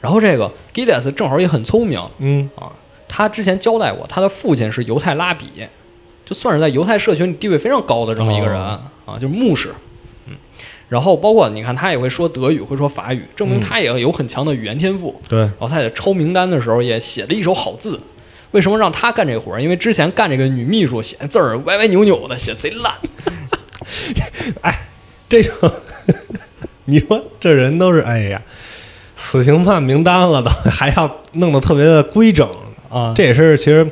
Speaker 1: 然后这个 Gillias 正好也很聪明，
Speaker 2: 嗯
Speaker 1: 啊，他之前交代过，他的父亲是犹太拉比，就算是在犹太社群里地位非常高的这么一个人、
Speaker 2: 哦
Speaker 1: 啊，就是牧师。嗯，然后包括你看，他也会说德语，会说法语，证
Speaker 2: 嗯
Speaker 1: 明他也有很强的语言天赋。
Speaker 2: 对，
Speaker 1: 然后他在抄名单的时候也写了一手好字。为什么让他干这活儿？因为之前干这个女秘书写字儿歪歪扭扭的，写贼烂。
Speaker 2: 这就你说这人都是哎呀，死刑犯名单了都还要弄得特别的规整
Speaker 1: 啊
Speaker 2: 这也是其实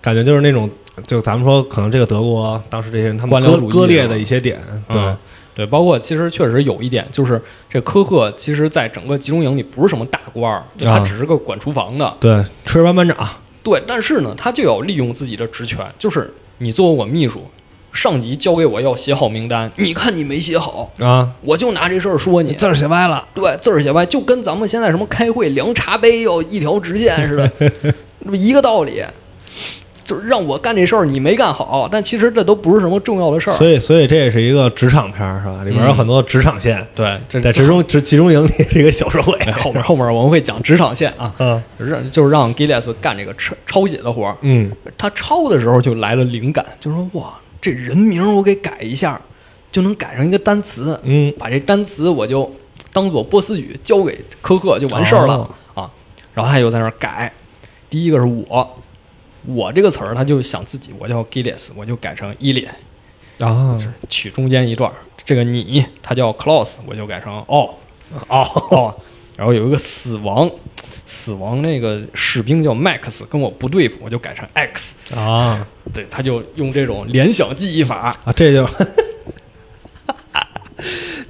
Speaker 2: 感觉就是那种。就咱们说，可能这个德国当时这些人他们
Speaker 1: 官僚
Speaker 2: 割
Speaker 1: 主义
Speaker 2: 割裂
Speaker 1: 是吧
Speaker 2: 的一些点，对，
Speaker 1: 嗯对，包括其实确实有一点，就是这科赫其实在整个集中营里不是什么大官儿，就他
Speaker 2: 啊
Speaker 1: 只是个管厨房的，
Speaker 2: 对，炊事班班长，
Speaker 1: 对，但是呢，他就要利用自己的职权，就是你作为我秘书，上级交给我要写好名单，你看你没写好，
Speaker 2: 啊，
Speaker 1: 我就拿这事儿说你。
Speaker 2: 字儿写歪了，
Speaker 1: 对，字儿写歪，就跟咱们现在什么开会量茶杯要一条直线似的， 这不一个道理。就是让我干这事儿，你没干好，但其实这都不是什么重要的事儿。
Speaker 2: 所以所以这也是一个职场片儿是吧？里边有很多职场线，
Speaker 1: 对，嗯这
Speaker 2: 在集中集集中营里是一个小社会，
Speaker 1: 哎后面后面我们会讲职场线啊，
Speaker 2: 嗯
Speaker 1: 让就是让 Gillias 干这个抄抄写的活儿，
Speaker 2: 嗯
Speaker 1: 他抄的时候就来了灵感，就说哇，这人名我给改一下，就能改成一个单词，
Speaker 2: 嗯
Speaker 1: 把这单词我就当做波斯语交给科克就完事儿了、啊。然后他又在那儿改，第一个是我，我这个词儿他就想自己，我叫 Gilles，我就改成伊列，
Speaker 2: 啊
Speaker 1: 取中间一段儿。这个你他叫 Klaus，我就改成哦
Speaker 2: 哦
Speaker 1: 哦。然后有一个死亡，死亡那个士兵叫 Max，跟我不对付，我就改成 X。
Speaker 2: 啊
Speaker 1: 对，他就用这种联想记忆法。
Speaker 2: 啊，这就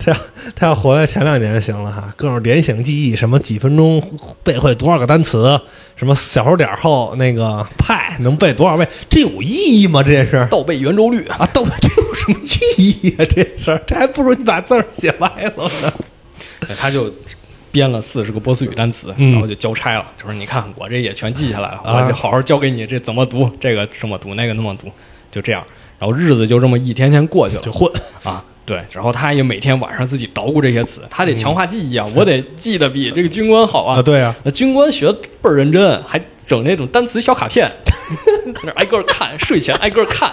Speaker 2: 他要他要活在前两年就行了哈，各种联想记忆，什么几分钟背会多少个单词，什么小数点后那个派能背多少倍，这有意义吗？这件事儿
Speaker 1: 倒背圆周率，
Speaker 2: 啊，到这有什么意义啊？这事儿，这还不如你把字儿写歪了呢。
Speaker 1: 对他就编了四十个波斯语单词，
Speaker 2: 嗯
Speaker 1: 然后就交差了。就是你看，我这也全记下来了，
Speaker 2: 啊
Speaker 1: 我就好好教给你这怎么读，这个这么读，那个那么读，就这样。然后日子就这么一天天过去了，就混啊。对，然后他也每天晚上自己捣鼓这些词，他得强化记忆啊，我得记得比这个军官好啊。
Speaker 2: 啊，对啊，
Speaker 1: 那军官学得倍儿认 真，还整那种单词小卡片，在那挨个儿看，睡前挨个儿看。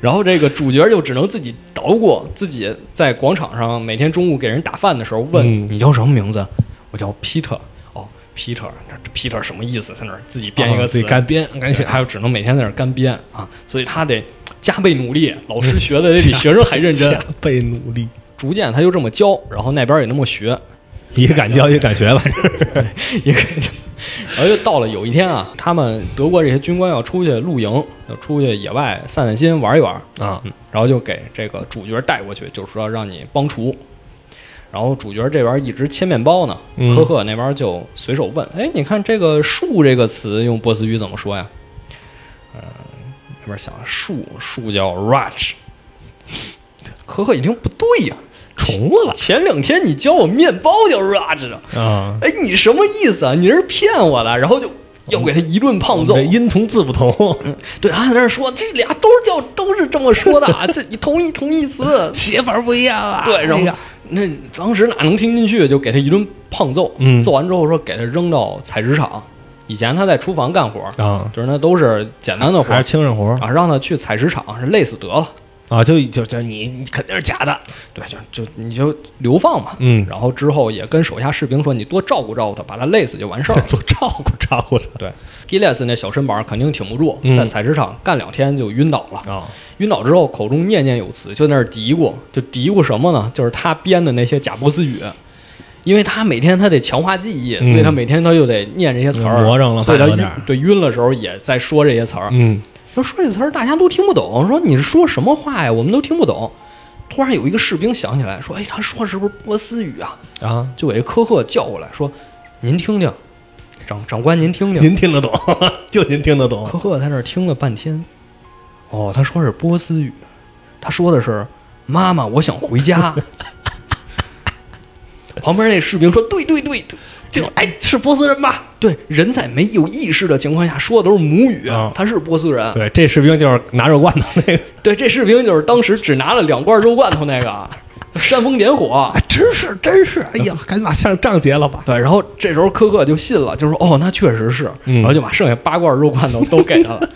Speaker 1: 然后这个主角就只能自己捣鼓，自己在广场上每天中午给人打饭的时候问、
Speaker 2: 嗯
Speaker 1: 你叫什么名字，我叫 Peter。哦，Peter，这 Peter 什么意思？在那儿自己编一个
Speaker 2: 啊自
Speaker 1: 词，
Speaker 2: 己干编，
Speaker 1: 而
Speaker 2: 赶
Speaker 1: 且
Speaker 2: 紧
Speaker 1: 他又只能每天在那儿干编啊，所以他得加倍努力，老师学的得比学生还认真
Speaker 2: 加。倍努力，
Speaker 1: 逐渐他就这么教，然后那边也那么学，
Speaker 2: 也敢教也敢学吧，
Speaker 1: 也可以。 然后就到了有一天啊，他们德国这些军官要出去露营，要出去野外散散心、玩一玩，嗯
Speaker 2: 这啊，
Speaker 1: 然后就给这个主角带过去，就是说让你帮厨。然后主角这边一直切面包呢，
Speaker 2: 嗯
Speaker 1: 科赫那边就随手问：“哎，你看这个‘树’这个词用波斯语怎么说呀？”嗯、那边想树树叫 raj，科赫一听不对呀、
Speaker 2: 重了
Speaker 1: 前两天你教我面包叫 raj 呢，
Speaker 2: 啊，
Speaker 1: 哎，你什么意思啊？你是骗我的？然后就又给他一顿胖揍
Speaker 2: 这。音同字不同，。
Speaker 1: 嗯，对，他在那儿说这俩都是叫都是这么说的，啊，这 你同义同义词
Speaker 2: 写法不一样啊
Speaker 1: 对，然
Speaker 2: 哎
Speaker 1: 后
Speaker 2: 呀
Speaker 1: 那当时哪能听进去，就给他一顿胖揍。
Speaker 2: 嗯
Speaker 1: 揍完之后说给他扔到采石场。以前他在厨房干活，
Speaker 2: 啊，
Speaker 1: 就是那都是简单的活
Speaker 2: 还是轻任活
Speaker 1: 啊，让他去采石场是累死得了。
Speaker 2: 啊，就就就你你肯定是假 的，
Speaker 1: 对，就就你就流放嘛。
Speaker 2: 嗯，
Speaker 1: 然后之后也跟手下士兵说，你多照顾照顾他，把他累死就完 事儿了。
Speaker 2: 做照顾照顾了
Speaker 1: 对 g i l l e s 那小身板儿肯定挺不住，
Speaker 2: 嗯
Speaker 1: 在采石场干两天就晕倒了。
Speaker 2: 啊，
Speaker 1: 晕倒之后，口中念念有词，就在那儿嘀咕，就嘀咕什么呢？就是他编的那些假波斯语，因为他每天他得强化记忆，
Speaker 2: 嗯
Speaker 1: 所以他每天他就得念这些词儿，
Speaker 2: 嗯魔怔了
Speaker 1: 所以他
Speaker 2: 怕有
Speaker 1: 晕
Speaker 2: 点儿
Speaker 1: 对晕了时候也在说这些词儿。
Speaker 2: 嗯
Speaker 1: 他说这词儿大家都听不懂，说你说什么话呀？我们都听不懂。突然有一个士兵想起来，说：“哎，他说的是不是波斯语啊？”
Speaker 2: 啊，
Speaker 1: 就给科赫叫过来说：“您听听，长长官您听听。”
Speaker 2: 您听得懂， 就您听得 懂，
Speaker 1: 科赫在那儿听了半天，哦，他说是波斯语，他说的是“妈妈，我想回家” 。旁边那士兵说：“对对对，
Speaker 2: 就哎是波斯人吧？
Speaker 1: 对，人在没有意识的情况下说的都是母语，
Speaker 2: 啊
Speaker 1: 他是波斯人。
Speaker 2: 对，这士兵就是拿肉罐头那个，
Speaker 1: 对，这士兵就是当时只拿了两罐肉罐头那个，煽风点 火。
Speaker 2: 啊， 真是真是，哎呀，赶紧把账账结了吧。
Speaker 1: 对，然后这时候科克就信了，就说：“哦，那确实是。
Speaker 2: 嗯
Speaker 1: 然后就把剩下八罐肉罐头都给 他了，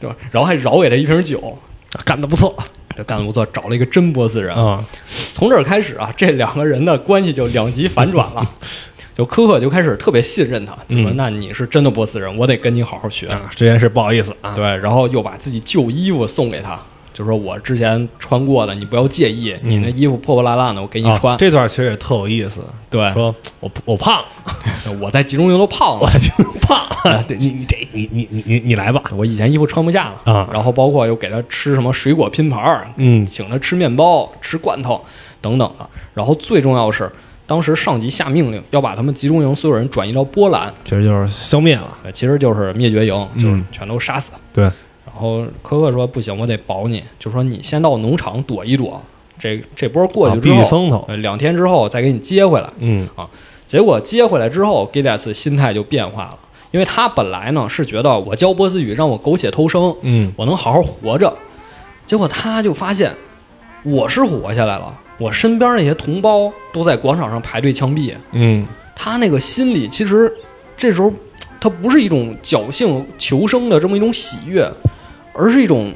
Speaker 1: 对吧？然后还饶给他一瓶酒，
Speaker 2: 干得不错
Speaker 1: 这干得不错，找了一个真波斯人。
Speaker 2: 啊！
Speaker 1: 从这儿开始啊，这两个人的关系就两极反转了。 就科克就开始特别信任他，就说：“
Speaker 2: 嗯
Speaker 1: 那你是真的波斯人，我得跟你好好学。
Speaker 2: 啊，这件事不好意思啊，
Speaker 1: 对，然后又把自己旧衣服送给他，就说：“我之前穿过的，你不要介意，你那衣服破破烂烂的，我给
Speaker 2: 嗯
Speaker 1: 你
Speaker 2: 啊
Speaker 1: 穿。
Speaker 2: 这段其实也特有意思。
Speaker 1: 对，
Speaker 2: 说哦我我胖，
Speaker 1: 我在集中营都胖
Speaker 2: 我
Speaker 1: 了，
Speaker 2: 就是胖， 对你你这你你你你你来吧，
Speaker 1: 我以前衣服穿不下了
Speaker 2: 啊
Speaker 1: 然后包括又给他吃什么水果拼盘儿，
Speaker 2: 嗯
Speaker 1: 请他吃面包、吃罐头等等的。然后最重要的是，当时上级下命令要把他们集中营所有人转移到波兰，
Speaker 2: 其实就是消灭了，
Speaker 1: 呃，其实就是灭绝营，
Speaker 2: 嗯
Speaker 1: 就是全都杀死。
Speaker 2: 对，
Speaker 1: 然后科克说不行，我得保你，就说你先到农场躲一躲，这这波过去
Speaker 2: 啊
Speaker 1: 之
Speaker 2: 避避
Speaker 1: 后，
Speaker 2: 风头，
Speaker 1: 呃，两天之后再给你接回来。啊
Speaker 2: 嗯
Speaker 1: 结果接回来之后 g i l l e s 心态就变化了，因为他本来呢是觉得我教波斯语让我苟且偷生，
Speaker 2: 嗯
Speaker 1: 我能好好活着，结果他就发现我是活下来了，我身边那些同胞都在广场上排队枪毙，
Speaker 2: 嗯，
Speaker 1: 他那个心里其实这时候他不是一种侥幸求生的这么一种喜悦，而是一种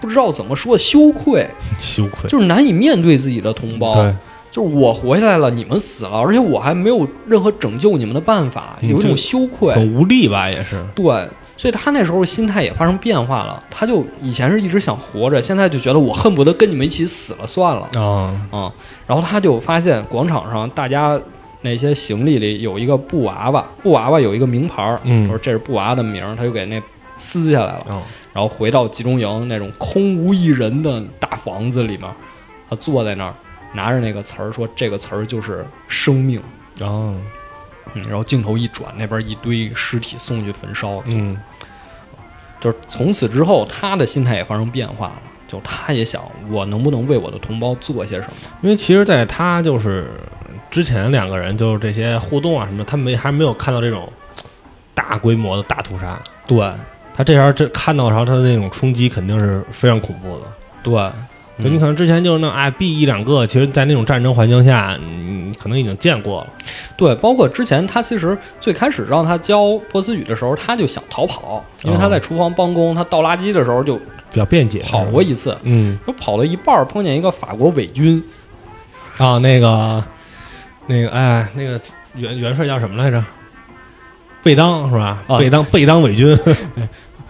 Speaker 1: 不知道怎么说的羞愧，
Speaker 2: 羞愧，
Speaker 1: 就是难以面对自己的同胞。
Speaker 2: 对，
Speaker 1: 就是我活下来了，你们死了，而且我还没有任何拯救你们的办法，
Speaker 2: 嗯
Speaker 1: 有一
Speaker 2: 这
Speaker 1: 种
Speaker 2: 个
Speaker 1: 羞愧。
Speaker 2: 很无力吧，也是，
Speaker 1: 对，所以他那时候心态也发生变化了，他就以前是一直想活着，现在就觉得我恨不得跟你们一起死了算了。
Speaker 2: 啊，
Speaker 1: 嗯，然后他就发现广场上大家那些行李里有一个布娃娃，布娃娃有一个名牌儿，
Speaker 2: 嗯
Speaker 1: 说这是布娃娃的名儿，他就给那撕下来了，
Speaker 2: 啊，
Speaker 1: 然后回到集中营那种空无一人的大房子里面，他坐在那儿拿着那个词儿说这个词儿就是生命，
Speaker 2: 啊，
Speaker 1: 嗯，然后镜头一转，那边一堆尸体送去焚烧，
Speaker 2: 嗯，
Speaker 1: 就是从此之后他的心态也发生变化了。就他也想，我能不能为我的同胞做些什么？
Speaker 2: 因为其实，在他就是之前两个人就是这些互动啊什么，他没还没有看到这种大规模的大屠杀，
Speaker 1: 对，
Speaker 2: 他这边这看到，然后他的那种冲击肯定是非常恐怖的。
Speaker 1: 对，
Speaker 2: 对你可能之前就是那哎毙一两个，其实，在那种战争环境下，你可能已经见过了。
Speaker 1: 对，包括之前他其实最开始让他教波斯语的时候，他就想逃跑，因为他在厨房帮工，他倒垃圾的时候就
Speaker 2: 比较便捷。
Speaker 1: 跑过一次，
Speaker 2: 嗯
Speaker 1: 就跑到一半儿碰见一个法国伪军，
Speaker 2: 啊，那个那个哎，那个元元帅叫什么来着？贝当是吧？
Speaker 1: 啊
Speaker 2: 贝当贝当伪军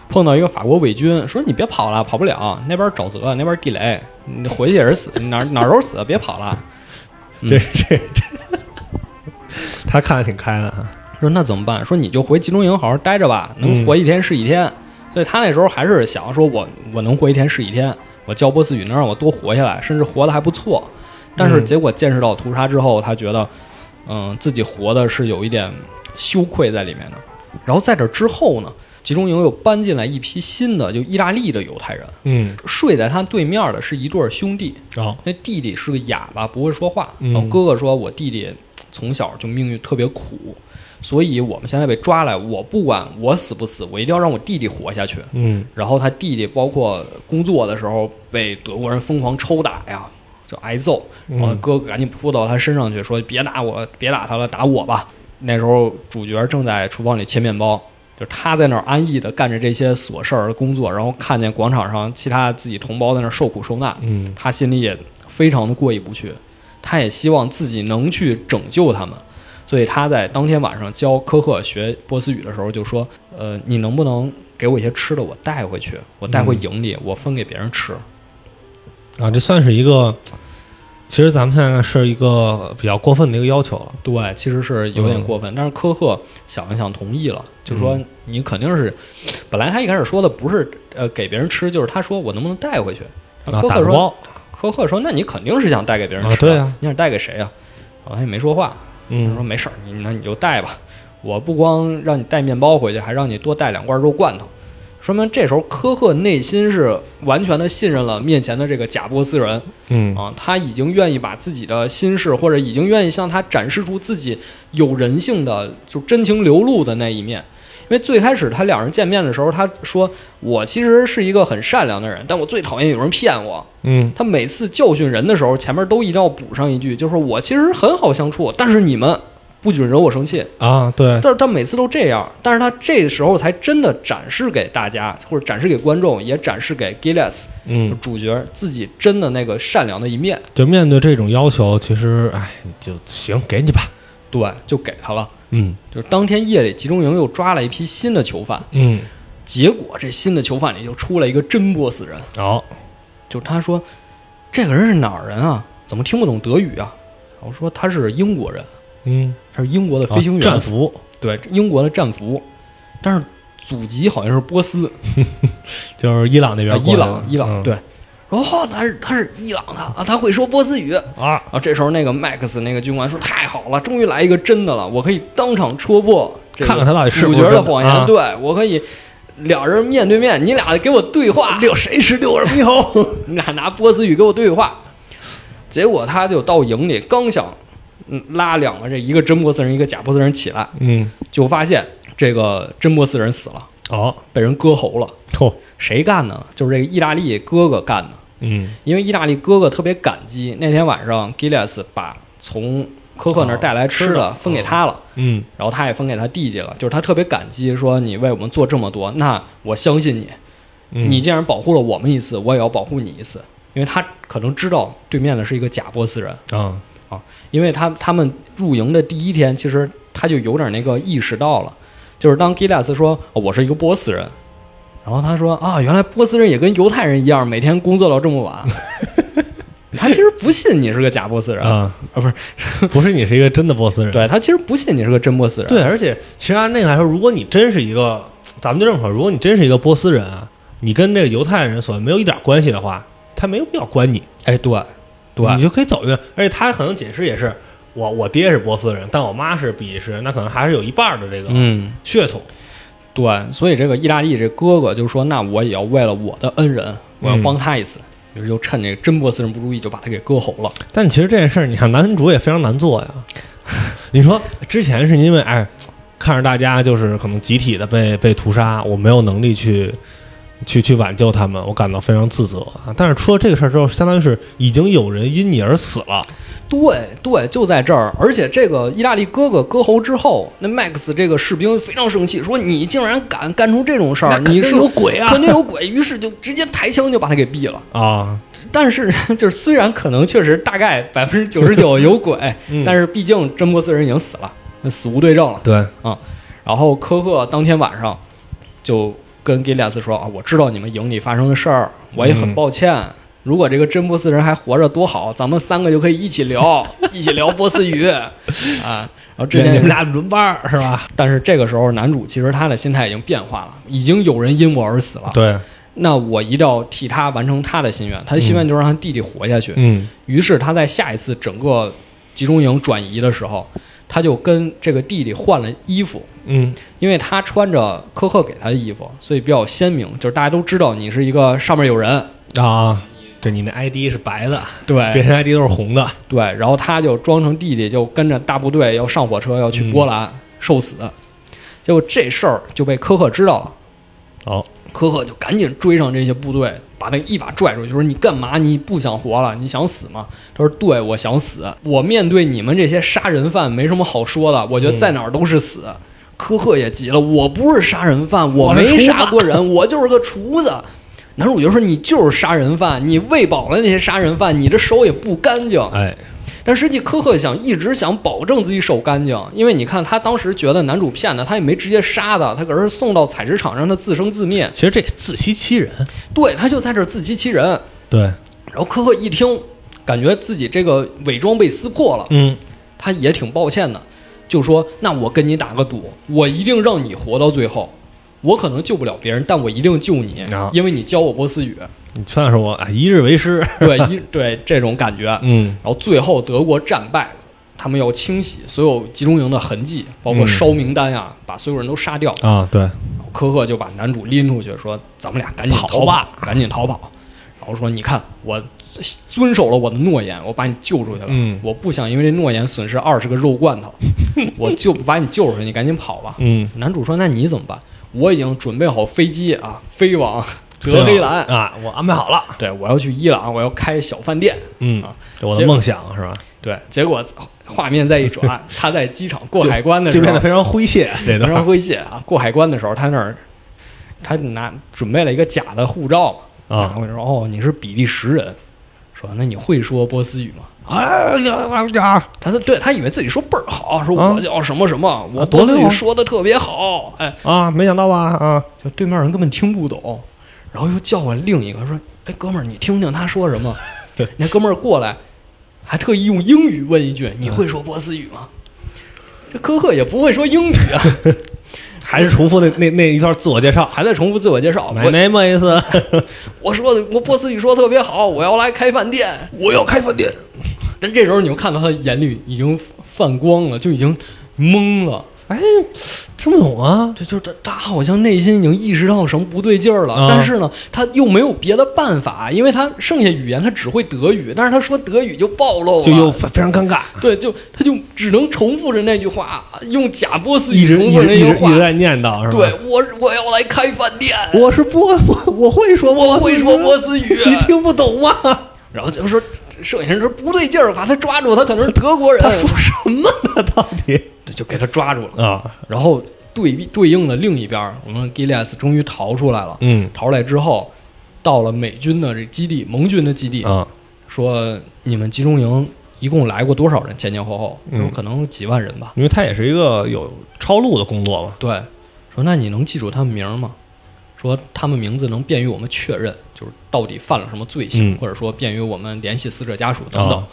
Speaker 1: 碰到一个法国伪军，说你别跑了，跑不了，那边沼泽，那边地雷，你回去也是死，哪儿哪儿都是死，别跑了。嗯
Speaker 2: 这这这， 他看的挺开的哈。
Speaker 1: 说那怎么办？说你就回集中营好好待着吧，能活一天是一天。所以他那时候还是想说我，我能活一天是一天，我教波斯语能让我多活下来，甚至活得还不错。但是
Speaker 2: 嗯
Speaker 1: 结果见识到屠杀之后，他觉得，嗯，自己活的是有一点羞愧在里面的。然后在这之后呢，集中营又搬进来一批新的，就意大利的犹太人。
Speaker 2: 嗯，
Speaker 1: 睡在他对面的是一对儿兄弟，
Speaker 2: 哦，
Speaker 1: 那弟弟是个哑巴，不会说话。
Speaker 2: 嗯
Speaker 1: 然后哥哥说：“我弟弟从小就命运特别苦，所以我们现在被抓来，我不管我死不死，我一定要让我弟弟活下去。”
Speaker 2: 嗯
Speaker 1: 然后他弟弟包括工作的时候被德国人疯狂抽打呀，就挨揍。然后
Speaker 2: 嗯
Speaker 1: 哥哥赶紧扑到他身上去，说：“别打我，别打他了，打我吧。”那时候主角正在厨房里切面包，就他在那儿安逸的干着这些琐事儿的工作，然后看见广场上其他自己同胞在那儿受苦受难，
Speaker 2: 嗯
Speaker 1: 他心里也非常的过意不去，他也希望自己能去拯救他们，所以他在当天晚上教科赫学波斯语的时候就说：“呃，你能不能给我一些吃的，我带回去，我带回营
Speaker 2: 嗯
Speaker 1: 里，我分给别人吃。
Speaker 2: 啊，这算是一个，其实咱们现在是一个比较过分的一个要求了。”
Speaker 1: 对，其实是有点过分，但是科赫想了想同意了，就说
Speaker 2: 嗯
Speaker 1: 你肯定是，本来他一开始说的不是呃给别人吃，就是他说我能不能带回去？
Speaker 2: 啊，
Speaker 1: 科
Speaker 2: 打
Speaker 1: 赫说
Speaker 2: 包，
Speaker 1: 科赫说：“那你肯定是想带给别人
Speaker 2: 啊
Speaker 1: 吃、
Speaker 2: 对啊，
Speaker 1: 你想带给谁啊？”然后他也没说话，他说
Speaker 2: 嗯
Speaker 1: 没事儿，你那你就带吧。我不光让你带面包回去，还让你多带两罐肉罐头，说明这时候科赫内心是完全的信任了面前的这个假波斯人
Speaker 2: 嗯
Speaker 1: 啊，他已经愿意把自己的心事，或者已经愿意向他展示出自己有人性的，就真情流露的那一面。因为最开始他两人见面的时候，他说我其实是一个很善良的人，但我最讨厌有人骗我。
Speaker 2: 嗯
Speaker 1: 他每次教训人的时候，前面都一定要补上一句，就是我其实很好相处，但是你们不准惹我生气。
Speaker 2: 啊，对，
Speaker 1: 但是他每次都这样，但是他这时候才真的展示给大家，或者展示给观众，也展示给 Gilles
Speaker 2: 嗯，
Speaker 1: 主角自己真的那个善良的一面。
Speaker 2: 就面对这种要求，其实哎，就行，给你吧。
Speaker 1: 对，就给他了。
Speaker 2: 嗯
Speaker 1: 就是当天夜里，集中营又抓了一批新的囚犯，
Speaker 2: 嗯，
Speaker 1: 结果这新的囚犯里就出来一个真波斯人，
Speaker 2: 好，
Speaker 1: 就是他说这个人是哪儿人啊？怎么听不懂德语啊？我说他是英国人，
Speaker 2: 嗯，
Speaker 1: 他是英国的飞行员，
Speaker 2: 啊战俘，
Speaker 1: 对英国的战俘，但是祖籍好像是波斯，
Speaker 2: 就是伊朗那
Speaker 1: 啊
Speaker 2: 边过
Speaker 1: 伊
Speaker 2: 来的，
Speaker 1: 朗，伊朗、
Speaker 2: 嗯
Speaker 1: 对。然后哦他是他是伊朗的啊，他会说波斯语啊。
Speaker 2: 啊，
Speaker 1: 这时候那个 Max 那个军官说：“太好了，终于来一个真的了，我可以当场戳破这个
Speaker 2: 看看他到底是
Speaker 1: 主
Speaker 2: 不是
Speaker 1: 角的
Speaker 2: 真的
Speaker 1: 谎言。
Speaker 2: 啊
Speaker 1: 对我可以俩人面对面，你俩给我对 话，
Speaker 2: 六谁是六耳猕猴？
Speaker 1: 你俩拿波斯语给我对话。结果他就到营里，刚想嗯拉两个这一个真波斯人，一个假波斯人起来，
Speaker 2: 嗯，
Speaker 1: 就发现这个真波斯人死了，
Speaker 2: 好，
Speaker 1: 被人割喉了。
Speaker 2: 嚯，
Speaker 1: 谁干的呢？就是这个意大利哥哥干的。
Speaker 2: 嗯
Speaker 1: 因为意大利哥哥特别感激，那天晚上 Gilles 把从科赫那儿带来吃的分给他了。
Speaker 2: 嗯
Speaker 1: 然后他也分给他弟弟了，就是他特别感激，说你为我们做这么多，那我相信你，
Speaker 2: 嗯，
Speaker 1: 你既然保护了我们一次，我也要保护你一次，因为他可能知道对面的是一个假波斯人，
Speaker 2: 啊，
Speaker 1: 因为他他们入营的第一天，其实他就有点那个意识到了，就是当 Gilas 说、哦我是一个波斯人，然后他说啊，原来波斯人也跟犹太人一样，每天工作到这么晚。他其实不信你是个假波斯人，
Speaker 2: 啊，
Speaker 1: 啊不是，
Speaker 2: 不是你是一个真的波斯人，啊
Speaker 1: 对他其实不信你是个真波斯人。
Speaker 2: 对，而且其实按那个来说，如果你真是一个，咱们就这么说，如果你真是一个波斯人啊，你跟这个犹太人所没有一点关系的话，他没有必要关你，
Speaker 1: 哎，对，对
Speaker 2: 你就可以走进去。而且他可能解释也是，我我爹是波斯人，但我妈是比利时人，那可能还是有一半儿的这个
Speaker 1: 嗯，
Speaker 2: 血统。
Speaker 1: 对，所以这个意大利这哥哥就说，那我也要为了我的恩人，我
Speaker 2: 嗯
Speaker 1: 要帮他一次。于是就趁这个真波斯人不注意，就把他给割喉了。
Speaker 2: 但其实这件事儿，你看男主也非常难做 呀。你说之前是因为哎，看着大家就是可能集体的被被屠杀，我没有能力去去去挽救他们，我感到非常自责啊。但是出了这个事儿之后，相当于是已经有人因你而死了，
Speaker 1: 对对，就在这儿。而且这个意大利哥哥割喉之后，那 Max 这个士兵非常生气，说你竟然敢干出这种事儿，
Speaker 2: 那肯
Speaker 1: 你
Speaker 2: 定
Speaker 1: 是
Speaker 2: 有鬼啊
Speaker 1: 肯定有鬼。于是就直接抬枪就把他给毙了。
Speaker 2: 啊，
Speaker 1: 但是 就是虽然可能确实大概百分之九十九有鬼，
Speaker 2: 嗯
Speaker 1: 但是毕竟真波斯人已经死了，死无对证了。
Speaker 2: 对，
Speaker 1: 嗯然后科赫当天晚上就跟给利亚斯说啊，我知道你们营里发生的事儿，我也很
Speaker 2: 嗯
Speaker 1: 抱歉。如果这个真波斯人还活着多好，咱们三个就可以一起聊，一起聊波斯 语啊。然后之
Speaker 2: 你
Speaker 1: 前
Speaker 2: 们，俩轮班儿是吧？
Speaker 1: 但是这个时候男主其实他的心态已经变化了，已经有人因我而死了。
Speaker 2: 对，
Speaker 1: 那我一定要替他完成他的心愿，他的心愿就是让他弟弟活下去。
Speaker 2: 嗯
Speaker 1: 于是他在下一次整个集中营转移的时候，他就跟这个弟弟换了衣服，
Speaker 2: 嗯
Speaker 1: 因为他穿着科赫给他的衣服，所以比较鲜明，就是大家都知道你是一个上面有人。
Speaker 2: 啊，这你那 ID 是白的，别
Speaker 1: 对
Speaker 2: 人 ID 都是红的，
Speaker 1: 对，然后他就装成弟弟，就跟着大部队要上火车，要去波兰、受死。结果这事儿就被科赫知道了，
Speaker 2: 哦，
Speaker 1: 科赫就赶紧追上这些部队，把他一把拽出去，说：“你干嘛？你不想活了？你想死吗？”他说：“对，我想死。我面对你们这些杀人犯没什么好说的，我觉得
Speaker 2: 嗯
Speaker 1: 在哪儿都是死。科赫也急了：“我不是杀人犯，我
Speaker 2: 我是
Speaker 1: 没
Speaker 2: 厨子
Speaker 1: 杀过人，我就是个厨子。”男主角说：“你就是杀人犯，你喂饱了那些杀人犯，你这手也不干净。”
Speaker 2: 哎，
Speaker 1: 但实际科赫想一直想保证自己手干净，因为你看他当时觉得男主骗他，他也没直接杀他，他可是送到采石场让他自生自灭。
Speaker 2: 其实这自欺欺人，
Speaker 1: 对他就在这儿自欺欺人。
Speaker 2: 对，
Speaker 1: 然后科赫一听，感觉自己这个伪装被撕破了，
Speaker 2: 嗯
Speaker 1: 他也挺抱歉的，就说：“那我跟你打个赌，我一定让你活到最后。我可能救不了别人，但我一定救你
Speaker 2: 啊，
Speaker 1: 因为你教我 波斯语。
Speaker 2: 你算是我啊一日为 师，
Speaker 1: 对，一对这种感觉。
Speaker 2: 嗯
Speaker 1: 然后最后德国战败，他们要清洗所有集中营的痕迹，包括
Speaker 2: 嗯
Speaker 1: 烧名单呀、把所有人都杀掉。
Speaker 2: 啊，对，
Speaker 1: 科赫就把男主拎出去，说：“咱们俩赶紧
Speaker 2: 跑
Speaker 1: 逃
Speaker 2: 吧，
Speaker 1: 赶紧逃跑。”然后说：“你看，我遵守了我的诺言，我把你救出去了。
Speaker 2: 嗯
Speaker 1: 我不想因为这诺言损失二十个肉 罐头，我就把你救出去，你赶紧跑吧。
Speaker 2: 嗯，
Speaker 1: 男主说：“那你怎么办？我已经准备好飞机啊，飞往德黑兰。
Speaker 2: 啊，我安排好了，
Speaker 1: 对，我要去伊朗，我要开小饭店。
Speaker 2: 嗯
Speaker 1: 啊，
Speaker 2: 这我的梦想是吧？
Speaker 1: 对，结果画面再 一转，他在机场过海关的时
Speaker 2: 就
Speaker 1: 候，
Speaker 2: 变得非常诙 谐，这
Speaker 1: 非常
Speaker 2: 段
Speaker 1: 诙谐啊！过海关的时候，他那儿他拿准备了一个假的护照嘛，然
Speaker 2: 啊，
Speaker 1: 后就说：“哦，你是比利时人。”说：“那你会说波斯语吗
Speaker 2: 哎呀呀，？”
Speaker 1: 他说：“对，他以为自己说倍儿好，说
Speaker 2: 啊
Speaker 1: 我叫什么什么，我
Speaker 2: 啊
Speaker 1: 波斯
Speaker 2: 多
Speaker 1: 语
Speaker 2: 溜啊
Speaker 1: 说的特别好。”哎，
Speaker 2: 啊，没想到吧？啊，
Speaker 1: 就对面人根本听不懂，然后又叫唤另一个说：“哎，哥们儿，你听听他说什么？”
Speaker 2: 对，
Speaker 1: 那哥们儿过来，还特意用英语问一句：“
Speaker 2: 嗯
Speaker 1: 你会说波斯语吗？”这科赫也不会说英语 啊，
Speaker 2: 还是重复那那那一段自我介绍。
Speaker 1: 还在重复自我介绍。
Speaker 2: My
Speaker 1: 我
Speaker 2: name is，
Speaker 1: 我说的我波斯语说的特别好，我要来开饭店。
Speaker 2: 我要开饭店。
Speaker 1: 但这时候你就看到他的眼里已经泛光了，就已经懵了。
Speaker 2: 哎，听不懂啊，
Speaker 1: 这就是他，他好像内心已经意识到什么不对劲儿了，
Speaker 2: 啊
Speaker 1: 但是呢，他又没有别的办法，因为他剩下语言他只会德语，但是他说德语就暴露了，
Speaker 2: 就又非非常尴尬，
Speaker 1: 对，就他就只能重复着那句话，用假波斯
Speaker 2: 一
Speaker 1: 语
Speaker 2: 直
Speaker 1: 重
Speaker 2: 一
Speaker 1: 复着
Speaker 2: 直
Speaker 1: 那
Speaker 2: 一
Speaker 1: 句
Speaker 2: 直一直
Speaker 1: 话。
Speaker 2: 在念叨是吧？
Speaker 1: 对，我我要来开饭店，
Speaker 2: 我是波，我 我会说波
Speaker 1: 我
Speaker 2: 斯
Speaker 1: 会
Speaker 2: 语，
Speaker 1: 说波斯语，
Speaker 2: 你听不懂啊 吗？
Speaker 1: 然后就说剩下人说不对劲儿，把他抓住，他可能是德国人，
Speaker 2: 他说什么呢？ 到底
Speaker 1: 就给他抓住了。
Speaker 2: 啊，
Speaker 1: 然后对比对应的另一边儿，我们 Gillias 终于逃出来了。
Speaker 2: 嗯
Speaker 1: 逃出来之后，到了美军的这基地，盟军的基地，
Speaker 2: 啊，
Speaker 1: 说你们集中营一共来过多少人？前前后后，
Speaker 2: 嗯
Speaker 1: 有可能几万人吧。
Speaker 2: 因为他也是一个有抄录的工作嘛，
Speaker 1: 对，说那你能记住他们名儿吗？说他们名字能便于我们确认，就是到底犯了什么罪行，
Speaker 2: 嗯
Speaker 1: 或者说便于我们联系死者家属等等。
Speaker 2: 啊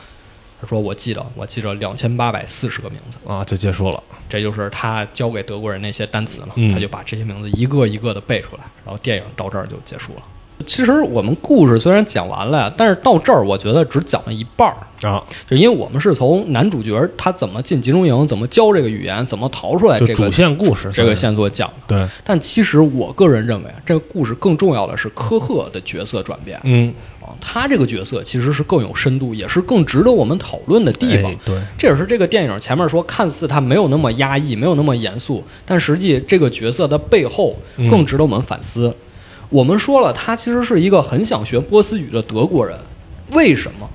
Speaker 1: 他说：“我记得，我记着两千八百四十个名字。”
Speaker 2: 啊，就结束了。
Speaker 1: 这就是他教给德国人那些单词嘛，
Speaker 2: 嗯
Speaker 1: 他就把这些名字一个一个的背出来，然后电影到这儿就结束了。其实我们故事虽然讲完了呀，但是到这儿我觉得只讲了一半儿，
Speaker 2: 啊，
Speaker 1: 就因为我们是从男主角他怎么进集中营，怎么教这个语言，怎么逃出来
Speaker 2: 就
Speaker 1: 这
Speaker 2: 主
Speaker 1: 个
Speaker 2: 线故事
Speaker 1: 这个
Speaker 2: 算是
Speaker 1: 线索讲的。
Speaker 2: 对，
Speaker 1: 但其实我个人认为，啊这个故事更重要的是科赫的角色转变
Speaker 2: 嗯，
Speaker 1: 啊，他这个角色其实是更有深度，也是更值得我们讨论的地方
Speaker 2: 哎。对，
Speaker 1: 这也是这个电影前面说，看似它没有那么压抑，没有那么严肃，但实际这个角色的背后
Speaker 2: 嗯
Speaker 1: 更值得我们反思。我们说了，他其实是一个很想学波斯语的德国人，为什么？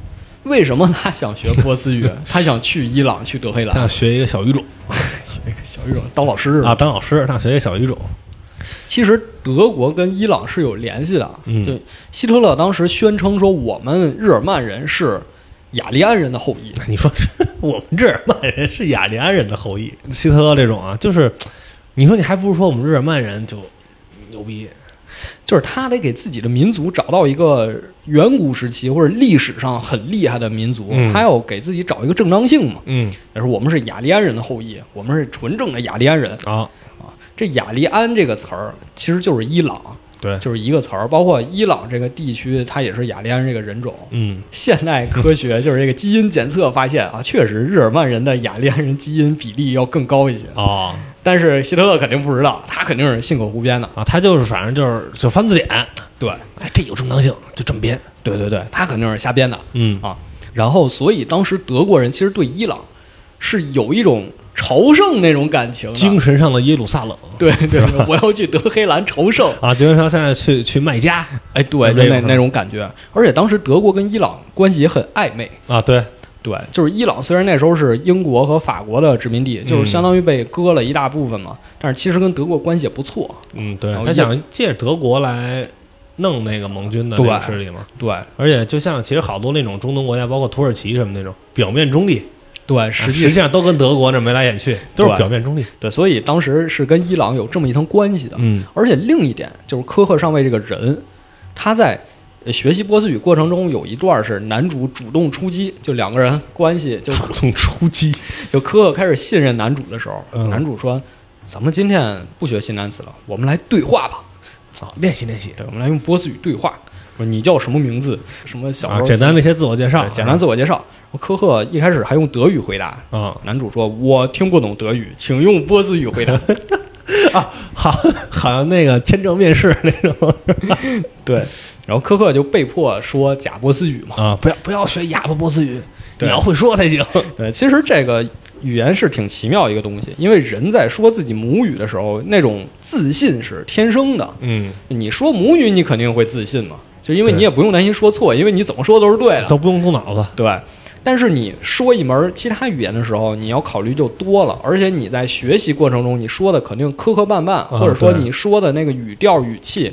Speaker 1: 为什么他想学波 斯语？他想去伊朗，去德黑
Speaker 2: 他
Speaker 1: 兰
Speaker 2: 想学一个小语 种
Speaker 1: 学一个小语种当老师似的
Speaker 2: 啊，。当老师，他想学一个小语种，
Speaker 1: 其实德国跟伊朗是有联系的。啊
Speaker 2: 嗯
Speaker 1: 对，希特勒当时宣称说，我们日耳曼人是雅利安人的后裔。
Speaker 2: 你说是我们日耳曼人是雅利安人的后裔，希特勒这种啊，就是你说你还不如说我们日耳曼人就牛逼，
Speaker 1: 就是他得给自己的民族找到一个远古时期或者历史上很厉害的民族，
Speaker 2: 嗯
Speaker 1: 他要给自己找一个正当性嘛。
Speaker 2: 嗯
Speaker 1: 也是我们是雅利安人的后裔，我们是纯正的雅利安人
Speaker 2: 啊，
Speaker 1: 啊。这雅利安这个词儿其实就是伊朗，
Speaker 2: 对，
Speaker 1: 就是一个词儿，包括伊朗这个地区，它也是雅利安这个人种。
Speaker 2: 嗯
Speaker 1: 现代科学就是这个基因检测发现啊，确实日耳曼人的雅利安人基因比例要更高一些，
Speaker 2: 哦
Speaker 1: 但是希特勒肯定不知道，他肯定是信口胡编的。
Speaker 2: 啊，他就是反正就是就翻字典，
Speaker 1: 对，
Speaker 2: 哎，这有正当性，就这么编，
Speaker 1: 对对对，他肯定是瞎编的
Speaker 2: 嗯
Speaker 1: 啊。然后，所以当时德国人其实对伊朗啊是有一种朝圣那种感情的，
Speaker 2: 精神上的耶路撒冷，
Speaker 1: 对对对，我要去德黑兰朝圣。
Speaker 2: 啊，精神上现在去去卖家
Speaker 1: 哎，对，
Speaker 2: 有
Speaker 1: 就
Speaker 2: 这
Speaker 1: 那
Speaker 2: 种
Speaker 1: 那种感觉。而且当时德国跟伊朗关系也很暧昧。
Speaker 2: 啊，对，
Speaker 1: 对，就是伊朗虽然那时候是英国和法国的殖民地，就是相当于被割了一大部分嘛，但是其实跟德国关系也不错。
Speaker 2: 嗯对
Speaker 1: 然，后
Speaker 2: 他
Speaker 1: 一
Speaker 2: 想借着德国来弄那个盟军的这个
Speaker 1: 对
Speaker 2: 势力嘛。
Speaker 1: 对
Speaker 2: 而且，就像其实好多那种中东国家，包括土耳其什么那种，表面中立，
Speaker 1: 对，
Speaker 2: 啊实
Speaker 1: 啊实
Speaker 2: 际
Speaker 1: 际
Speaker 2: 上都跟德国这眉来眼去，都是
Speaker 1: 对
Speaker 2: 表面中立。
Speaker 1: 对，所以当时是跟伊朗有这么一层关系的。
Speaker 2: 嗯
Speaker 1: 而且另一点就是科赫上尉这个人，他在呃学习波斯语过程中有一段是男主主动出击，就两个人关系 就
Speaker 2: 主动出击，
Speaker 1: 就科赫开始信任男主的时候，
Speaker 2: 嗯
Speaker 1: 男主说：“咱们今天不学新单词了，我们来对话吧。
Speaker 2: 啊，练习练习
Speaker 1: 对，我们来用波斯语对话。说你叫什么名字？什么小时
Speaker 2: 啊，
Speaker 1: 候？
Speaker 2: 简单的一些自我介绍，啊
Speaker 1: 对简单自我介绍。科赫一开始还用德语回答，
Speaker 2: 啊
Speaker 1: 男主说：我听不懂德语，请用波斯语回答。
Speaker 2: 啊，好，好像那个签证面试那种
Speaker 1: 对，然后科赫就被迫说假波斯语嘛。
Speaker 2: 啊，不要不要学哑巴波斯语，你
Speaker 1: 对
Speaker 2: 要会说才行。
Speaker 1: 对，其实这个语言是挺奇妙一个东西，因为人在说自己母语的时候，那种自信是天生的。
Speaker 2: 嗯，
Speaker 1: 你说母语，你肯定会自信嘛，就因为
Speaker 2: 对
Speaker 1: 你也不用担心说错，因为你怎么说都是对的，
Speaker 2: 都不用动脑子。
Speaker 1: 对。但是你说一门其他语言的时候，你要考虑就多了，而且你在学习过程中，你说的肯定磕磕绊绊，
Speaker 2: 嗯
Speaker 1: 或者说
Speaker 2: 对
Speaker 1: 你说的那个语调、语气，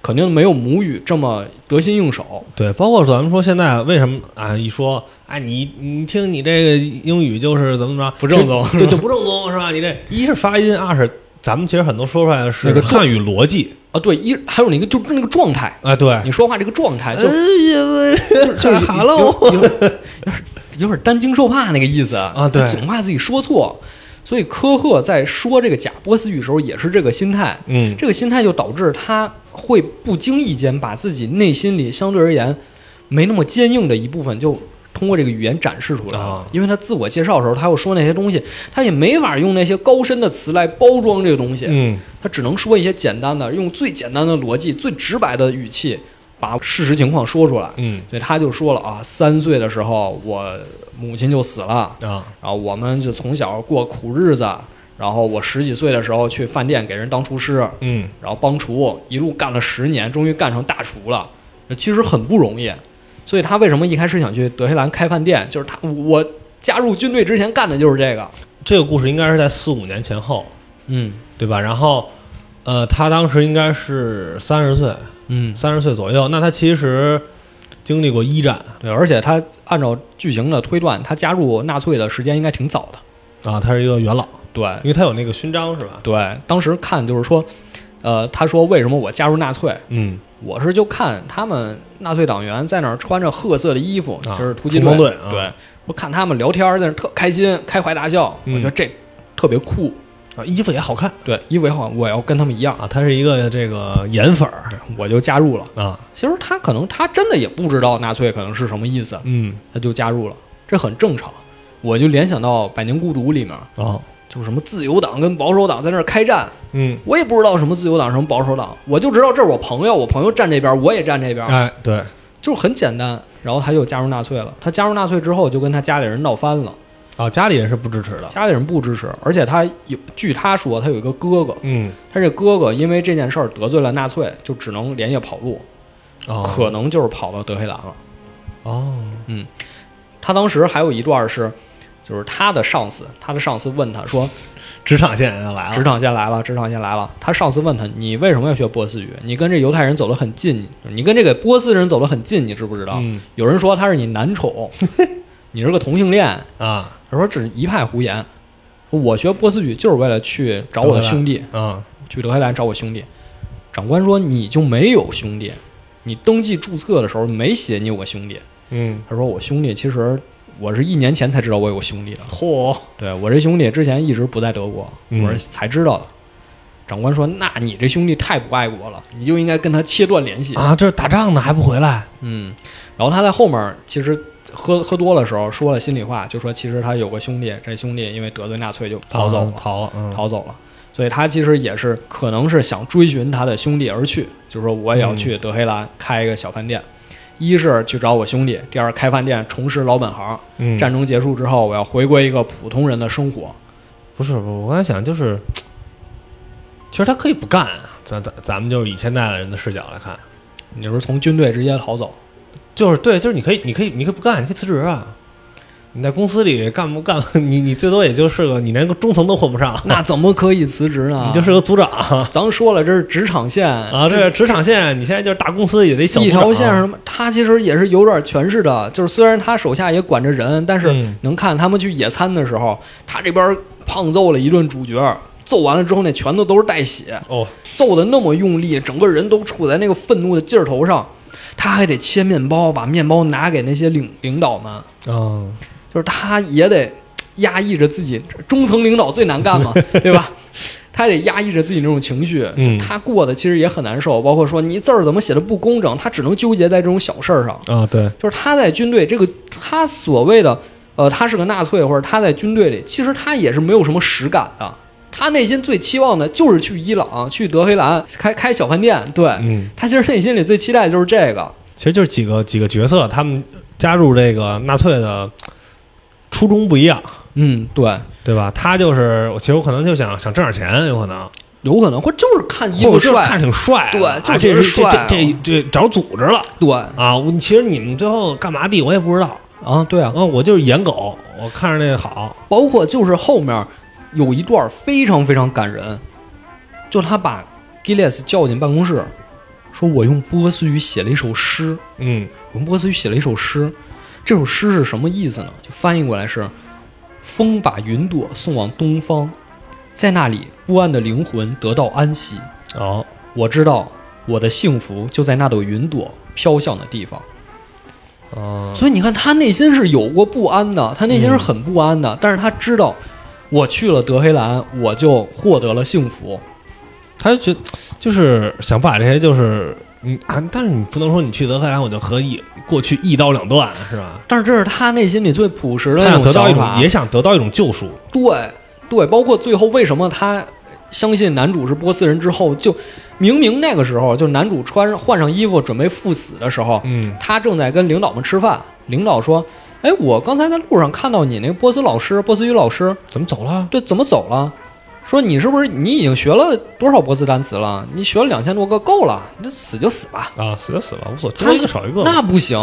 Speaker 1: 肯定没有母语这么得心应手。
Speaker 2: 对，包括咱们说现在为什么啊？一说啊，你你听你这个英语就是怎么着
Speaker 1: 不正宗
Speaker 2: 是对，就不正宗是吧？你这一是发音，二是咱们其实很多说出来的是
Speaker 1: 那个
Speaker 2: 汉语逻辑
Speaker 1: 啊，对，一还有那个就那个状态，
Speaker 2: 啊，对，
Speaker 1: 你说话这个状态就
Speaker 2: 哎呀，
Speaker 1: 就
Speaker 2: 这
Speaker 1: 是
Speaker 2: 哈喽，
Speaker 1: 有有点有点担惊受怕那个意思
Speaker 2: 啊对
Speaker 1: 你总怕自己说错，所以科赫在说这个假波斯语时候也是这个心态，
Speaker 2: 嗯，
Speaker 1: 这个心态就导致他会不经意间把自己内心里相对而言没那么坚硬的一部分就。通过这个语言展示出来
Speaker 2: 啊
Speaker 1: 因为他自我介绍的时候，他又说那些东西，他也没法用那些高深的词来包装这个东西，
Speaker 2: 嗯，
Speaker 1: 他只能说一些简单的，用最简单的逻辑、最直白的语气，把事实情况说出来。
Speaker 2: 嗯
Speaker 1: 所以他就说了啊，三岁的时候我母亲就死了，
Speaker 2: 啊，
Speaker 1: 然后我们就从小过苦日子，然后我十几岁的时候去饭店给人当厨师，
Speaker 2: 嗯
Speaker 1: 然后帮厨一路干了十年，终于干成大厨了，其实很不容易。啊所以他为什么一开始想去德黑兰开饭店，就是他我加入军队之前干的就是这个，
Speaker 2: 这个故事应该是在四五年前后，
Speaker 1: 嗯
Speaker 2: 对吧？然后，呃，他当时应该是三十岁，
Speaker 1: 嗯，
Speaker 2: 三十岁左右。那他其实经历过一战
Speaker 1: 对，而且他按照剧情的推断，他加入纳粹的时间应该挺早的，
Speaker 2: 啊，他是一个元老，
Speaker 1: 对
Speaker 2: 因，为他有那个勋章是吧？
Speaker 1: 对，当时看就是说，呃，他说为什么我加入纳粹？
Speaker 2: 嗯，
Speaker 1: 我是就看他们纳粹党员在那儿穿着褐色的衣服，
Speaker 2: 啊
Speaker 1: 就是突击
Speaker 2: 冲锋
Speaker 1: 队
Speaker 2: 队啊
Speaker 1: 对，我看他们聊天儿在那儿特开心，开怀大笑，
Speaker 2: 嗯
Speaker 1: 我觉得这特别酷。
Speaker 2: 啊，衣服也好看
Speaker 1: 对，衣服也好，我要跟他们一样，
Speaker 2: 啊，他是一个这个颜粉儿
Speaker 1: 我就加入了。
Speaker 2: 啊，
Speaker 1: 其实他可能他真的也不知道纳粹可能是什么意思，
Speaker 2: 嗯
Speaker 1: 他就加入了，这很正常。我就联想到《百年孤独》里面，
Speaker 2: 啊，
Speaker 1: 就是什么自由党跟保守党在那儿开战，
Speaker 2: 嗯，
Speaker 1: 我也不知道什么自由党什么保守党，我就知道这是我朋友，我朋友站这边，我也站这边，
Speaker 2: 哎，对，
Speaker 1: 就是很简单。然后他就加入纳粹了。他加入纳粹之后，就跟他家里人闹翻了，
Speaker 2: 啊，家里人是不支持的。
Speaker 1: 家里人不支持，而且他有，据他说，他有一个哥哥，
Speaker 2: 嗯，
Speaker 1: 他这哥哥因为这件事儿得罪了纳粹，就只能连夜跑路，
Speaker 2: 哦
Speaker 1: 可能就是跑到德黑兰了。
Speaker 2: 哦，
Speaker 1: 他当时还有一段是，就是他的上司，他的上司问他说，
Speaker 2: 职场现在要来
Speaker 1: 职
Speaker 2: 了，
Speaker 1: 场先来了，职场先来了。他上司问他，你为什么要学波斯语？你跟这犹太人走得很近，你你跟这个波斯人走得很近，你知不知道？
Speaker 2: 嗯
Speaker 1: 有人说他是你 男宠，你是个同性恋。
Speaker 2: 啊
Speaker 1: 他说这是一派胡言。我学波斯语就是为了去找我的兄弟，
Speaker 2: 啊，
Speaker 1: 去德黑兰找我兄弟。长官说你就没有兄弟，你登记注册的时候没写你有个兄弟。
Speaker 2: 嗯，
Speaker 1: 他说我兄弟其实我是一年前才知道我有个兄弟的，
Speaker 2: 嚯，
Speaker 1: 对我这兄弟之前一直不在德国，
Speaker 2: 嗯
Speaker 1: 我是才知道的。长官说：“那你这兄弟太不爱国了，你就应该跟他切断联系。”
Speaker 2: 啊，这打仗呢还不回来，
Speaker 1: 嗯，然后他在后面其实喝喝多的时候说了心里话，就说其实他有个兄弟，这兄弟因为得罪纳粹就逃走
Speaker 2: 啊
Speaker 1: 了，
Speaker 2: 逃了，嗯
Speaker 1: 逃走了。所以他其实也是可能是想追寻他的兄弟而去，就是说我也要
Speaker 2: 嗯
Speaker 1: 去德黑兰开一个小饭店，一是去找我兄弟，第二开饭店重拾老本行。
Speaker 2: 嗯，
Speaker 1: 战争结束之后，我要回归一个普通人的生活。
Speaker 2: 不是，我我刚才想就是，其实他可以不干啊，咱咱咱们就是以现在的人的视角来看，
Speaker 1: 你是从军队直接逃 走，
Speaker 2: 就是对，就是你可以，你可以，你可以不干，你可以辞职啊。你在公司里干不干？ 你你最多也就是个，你连个中层都混不上，
Speaker 1: 那怎么可以辞职呢？
Speaker 2: 你就是个组长啊。
Speaker 1: 咱说了，这是职场线啊
Speaker 2: 这是职场线，你现在就是大公司也得小啊
Speaker 1: 一
Speaker 2: 组长
Speaker 1: 条线上什么？他其实也是有点权势的，就是虽然他手下也管着人，但是
Speaker 2: 嗯
Speaker 1: 能看他们去野餐的时候，他这边胖揍了一顿主角，揍完了之后那拳头都是带血，
Speaker 2: 哦，
Speaker 1: 揍的那么用力，整个人都处在那个愤怒的劲儿头上，他还得切面包，把面包拿给那些领领导们，
Speaker 2: 嗯，
Speaker 1: 就是他也得压抑着自己，中层领导最 难干嘛，对吧？他得压抑着自己那种情绪，
Speaker 2: 嗯
Speaker 1: 他过得其实也很难受。包括说你字儿怎么写的不工整，他只能纠结在这种小事儿上。
Speaker 2: 啊，对，
Speaker 1: 就是他在军队这个，他所谓的呃，他是个纳粹，或者他在军队里，其实他也是没有什么实感的。他内心最期望的就是去伊朗、去德黑兰开开小饭店。对、
Speaker 2: 嗯，
Speaker 1: 他，其实内心里最期待的就是这个。
Speaker 2: 其实就是几个几个角色，他们加入这个纳粹的初衷不一样，
Speaker 1: 嗯，对，
Speaker 2: 对吧？他就是，我其实我可能就想想挣点钱，有可能，
Speaker 1: 有可能或者就是看衣
Speaker 2: 或
Speaker 1: 服
Speaker 2: 者就是
Speaker 1: 帅，
Speaker 2: 看着挺帅的，
Speaker 1: 对
Speaker 2: 啊
Speaker 1: 就觉
Speaker 2: 这
Speaker 1: 得
Speaker 2: 是这
Speaker 1: 帅啊
Speaker 2: 这这这找着组织了
Speaker 1: 对，
Speaker 2: 啊！我其实你们最后干嘛地我也不知道，
Speaker 1: 啊，对啊，
Speaker 2: 啊，我就是演狗，我看着那个好，
Speaker 1: 包括就是后面有一段非常非常感人，就他把 Gilles 叫进办公室，说我用波斯语写了一首诗，
Speaker 2: 嗯
Speaker 1: 我用波斯语写了一首诗，这首诗是什么意思呢？就翻译过来是：风把云朵送往东方，在那里不安的灵魂得到安息。
Speaker 2: 哦，
Speaker 1: 我知道我的幸福就在那朵云朵飘向的地方。
Speaker 2: 嗯
Speaker 1: 所以你看，他内心是有过不安的，他内心是很不安的，但是他知道，我去了德黑兰，我就获得了幸福。
Speaker 2: 他就觉得就是想把这些就是嗯啊，但是你不能说你去德黑兰我就和一过去一刀两断是吧？
Speaker 1: 但是这是他内心里最朴实的
Speaker 2: 他
Speaker 1: 那
Speaker 2: 想得
Speaker 1: 种
Speaker 2: 到一
Speaker 1: 想
Speaker 2: 种
Speaker 1: 法
Speaker 2: 也。想得到一种救赎，
Speaker 1: 对对，包括最后为什么他相信男主是波斯人之后，就明明那个时候，就男主穿上换上衣服准备赴死的时候，
Speaker 2: 嗯
Speaker 1: 他正在跟领导们吃饭，领导说：“哎，我刚才在路上看到你那个波斯老师，波斯语老师，
Speaker 2: 怎么走了？
Speaker 1: 对，怎么走了？说你是不是你已经学了多少波斯单词了？你学了两千多个够了，你死就死吧。
Speaker 2: 啊，死就死吧，无所
Speaker 1: 他
Speaker 2: 多一个少一个嘛。
Speaker 1: 那不行，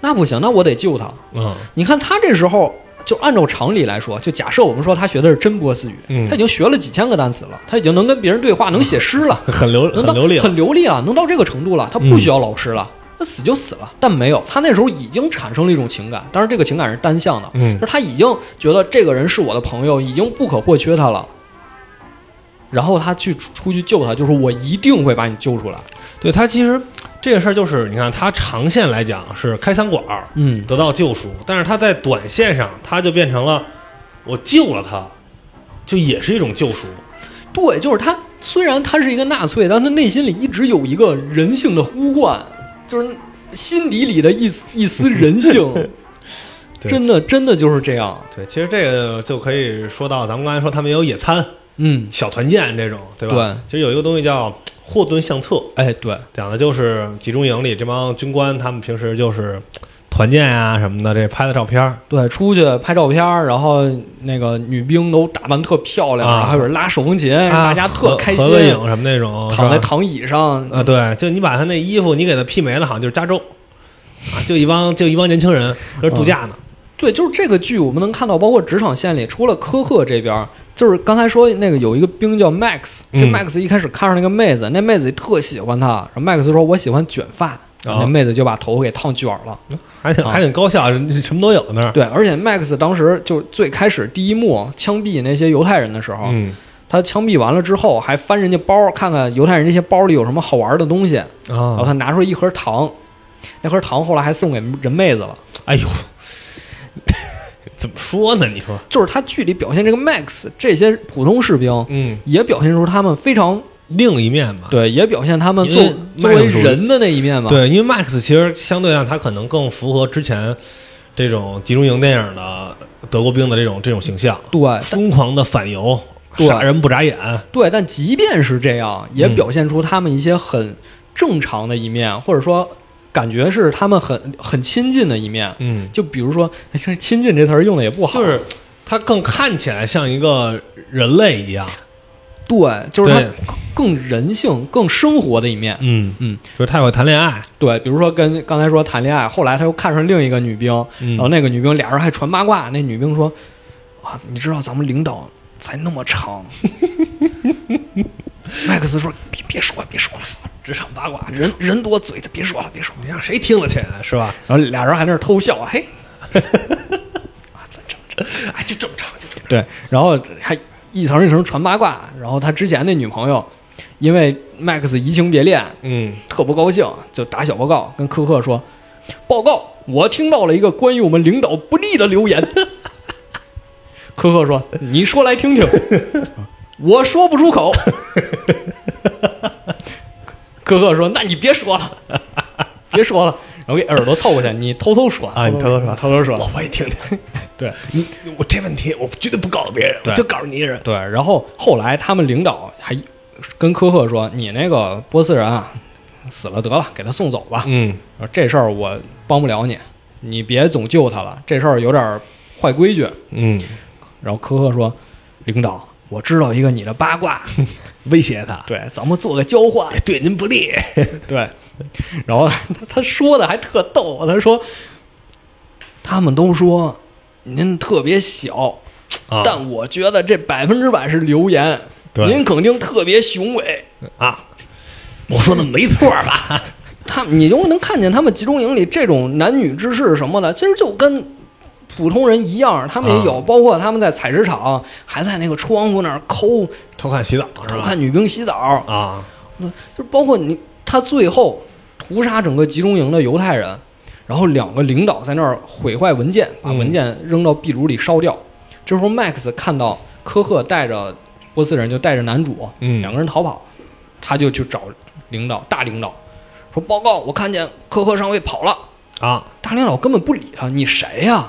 Speaker 1: 那不行，那我得救他。
Speaker 2: 嗯
Speaker 1: 你看他这时候就按照常理来说，就假设我们说他学的是真波斯语，
Speaker 2: 嗯
Speaker 1: 他已经学了几千个单词了，他已经能跟别人对话，能写诗了，
Speaker 2: 很流
Speaker 1: 能
Speaker 2: 很
Speaker 1: 到
Speaker 2: 流利了，
Speaker 1: 很流利了，能到这个程度了，他不
Speaker 2: 嗯
Speaker 1: 需要老师了。那死就死了，但没有，他那时候已经产生了一种情感，当然这个情感是单向的，
Speaker 2: 嗯
Speaker 1: 就是他已经觉得这个人是我的朋友，已经不可或缺他了。然后他去出去救他，就说我一定会把你救出来。
Speaker 2: 对他其实这个事儿就是，你看他长线来讲是开餐馆儿
Speaker 1: 嗯，
Speaker 2: 得到救赎，但是他在短线上他就变成了我救了他，就也是一种救赎。
Speaker 1: 对，就是他虽然他是一个纳粹，但他内心里一直有一个人性的呼唤，就是心底里的一丝一丝人性。
Speaker 2: 对
Speaker 1: 真的，真的就是这样。
Speaker 2: 对，其实这个就可以说到咱们刚才说他们也有野餐、
Speaker 1: 嗯，
Speaker 2: 小团建这种，对吧？
Speaker 1: 对
Speaker 2: 其实有一个东西叫霍顿相册，
Speaker 1: 哎，对，
Speaker 2: 讲的就是集中营里这帮军官他们平时就是团建啊什么的，这拍的照片儿
Speaker 1: 对，出去拍照片儿，然后那个女兵都打扮特漂亮，
Speaker 2: 啊
Speaker 1: 然后有人拉手风琴，
Speaker 2: 啊
Speaker 1: 大家特
Speaker 2: 合
Speaker 1: 开
Speaker 2: 合个
Speaker 1: 心，
Speaker 2: 影什么那种，
Speaker 1: 躺在
Speaker 2: 是吧
Speaker 1: 躺椅上，
Speaker 2: 啊，对，就你把他那衣服你给他媲美了，好像就是加州啊，就一帮就一帮年轻人搁这度假呢，
Speaker 1: 对，就是这个剧，我们能看到，包括职场线里，除了科赫这边儿，就是刚才说那个有一个兵叫 Max，这
Speaker 2: 嗯
Speaker 1: Max 一开始看上那个妹子，那妹子特喜欢他，然后 Max 说：“我喜欢卷
Speaker 2: 啊
Speaker 1: 发。”然后那妹子就把头给烫卷了。
Speaker 2: 还挺
Speaker 1: 啊
Speaker 2: 还挺高效，人什么都有那儿。
Speaker 1: 对，而且 Max 当时就是最开始第一幕枪毙那些犹太人的时候，
Speaker 2: 嗯
Speaker 1: 他枪毙完了之后，还翻人家包，看看犹太人这些包里有什么好玩的东西。然后
Speaker 2: 啊，
Speaker 1: 他拿出了一盒糖，那盒糖后来还送给人妹子了。
Speaker 2: 哎呦， 怎么说呢？你说，
Speaker 1: 就是他剧里表现这个 Max 这些普通士兵，
Speaker 2: 嗯，
Speaker 1: 也表现出他们非常
Speaker 2: 另一面吧。
Speaker 1: 对，也表现他们
Speaker 2: 因
Speaker 1: 作
Speaker 2: 为
Speaker 1: 作
Speaker 2: Max
Speaker 1: 为
Speaker 2: 属于
Speaker 1: 人的那一面嘛。，
Speaker 2: 对，因为 Max 其实相对上他可能更符合之前这种集中营电影的德国兵的这种这种形象，
Speaker 1: 对但
Speaker 2: 疯狂的反犹，
Speaker 1: 对
Speaker 2: 杀人不眨眼。
Speaker 1: 对，但即便是这样，也
Speaker 2: 嗯
Speaker 1: 表现出他们一些很正常的一面，或者说感觉是他们很很亲近的一面。
Speaker 2: 嗯，
Speaker 1: 就比如说，哎这“亲近”这词儿用的也不好，
Speaker 2: 就是他更看起来像一个人类一样。
Speaker 1: 对，就是他
Speaker 2: 对
Speaker 1: 更人性、更生活的一面。
Speaker 2: 嗯
Speaker 1: 嗯，
Speaker 2: 就是他会谈恋爱。
Speaker 1: 对，比如说跟刚才说谈恋爱，后来他又看上另一个女兵，
Speaker 2: 嗯
Speaker 1: 然后那个女兵俩人还传八卦，那女兵说：“啊，你知道咱们领导才那么 长。”麦克斯说：“别别说了，别说了，
Speaker 2: 职场八卦，
Speaker 1: 人人多嘴，别说了，别说了。
Speaker 2: 你让谁听了去啊是吧？”
Speaker 1: 然后俩人还在那儿偷笑，嘿， 啊，咱这这
Speaker 2: 哎，就这么长，就这么
Speaker 1: 对，然后还一层一层传八卦。然后他之前那女朋友，因为麦克斯移情别恋，
Speaker 2: 嗯，
Speaker 1: 特不高兴，就打小报告跟科克说：“报告，我听到了一个关于我们领导不利的留言。” 科克说：“你说来听听。”我说不出口。科克说：“那你别说了，别说了。”然后给耳朵凑过去，你偷偷说
Speaker 2: 啊你偷偷说
Speaker 1: 偷偷说。
Speaker 2: 我也听听。
Speaker 1: 对
Speaker 2: 你我这问题我绝对不告诉别人，我
Speaker 1: 对
Speaker 2: 就告诉你一人。
Speaker 1: 对，然后后来他们领导还跟科克说：“你那个波斯人啊，死了得了，给他送走吧。”
Speaker 2: 嗯，
Speaker 1: 说这事儿我帮不了你，你别总救他了，这事儿有点儿坏规矩。
Speaker 2: 嗯，
Speaker 1: 然后科赫说：“领导，我知道一个你的八卦，
Speaker 2: 威胁他，
Speaker 1: 对，咱们做个 交换。
Speaker 2: 哎对您不利。
Speaker 1: 对，然后他他说的还特逗，啊他说他们都说您特别小，
Speaker 2: 啊
Speaker 1: 但我觉得这百分之百是流言，
Speaker 2: 对
Speaker 1: 您肯定特别雄伟。
Speaker 2: 啊，我说的没错吧？
Speaker 1: 他你就能看见他们集中营里这种男女之事什么的，其实就跟普通人一样，他们也有，
Speaker 2: 啊
Speaker 1: 包括他们在采石场，还在那个窗户那儿抠，
Speaker 2: 偷看洗澡是
Speaker 1: 偷
Speaker 2: 吧？
Speaker 1: 看女兵洗澡，
Speaker 2: 啊，
Speaker 1: 就包括你他最后屠杀整个集中营的犹太人，然后两个领导在那儿毁坏文件，把
Speaker 2: 嗯
Speaker 1: 文件扔到壁炉里烧掉。这时候 Max 看到科赫带着波斯人，就带着男主，
Speaker 2: 嗯
Speaker 1: 两个人逃跑，他就去找领导大领导，说报告，我看见科赫上尉跑了。
Speaker 2: 啊
Speaker 1: 大领导根本不理他，你谁呀、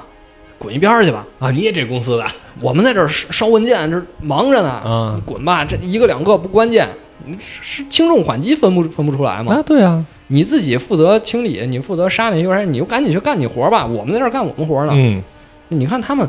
Speaker 1: 滚一边儿去吧！
Speaker 2: 啊！你也这公司的？
Speaker 1: 我们在这儿烧文件，这忙着呢。
Speaker 2: 嗯
Speaker 1: 你滚吧！这一个两个不关键，你是是轻重缓急分不分不出来吗？，
Speaker 2: 对啊，你
Speaker 1: 你自己负责清理，你负责杀那些人，你就赶紧去干你活儿吧。我们在这儿干我们活儿呢。
Speaker 2: 嗯
Speaker 1: 你看他们，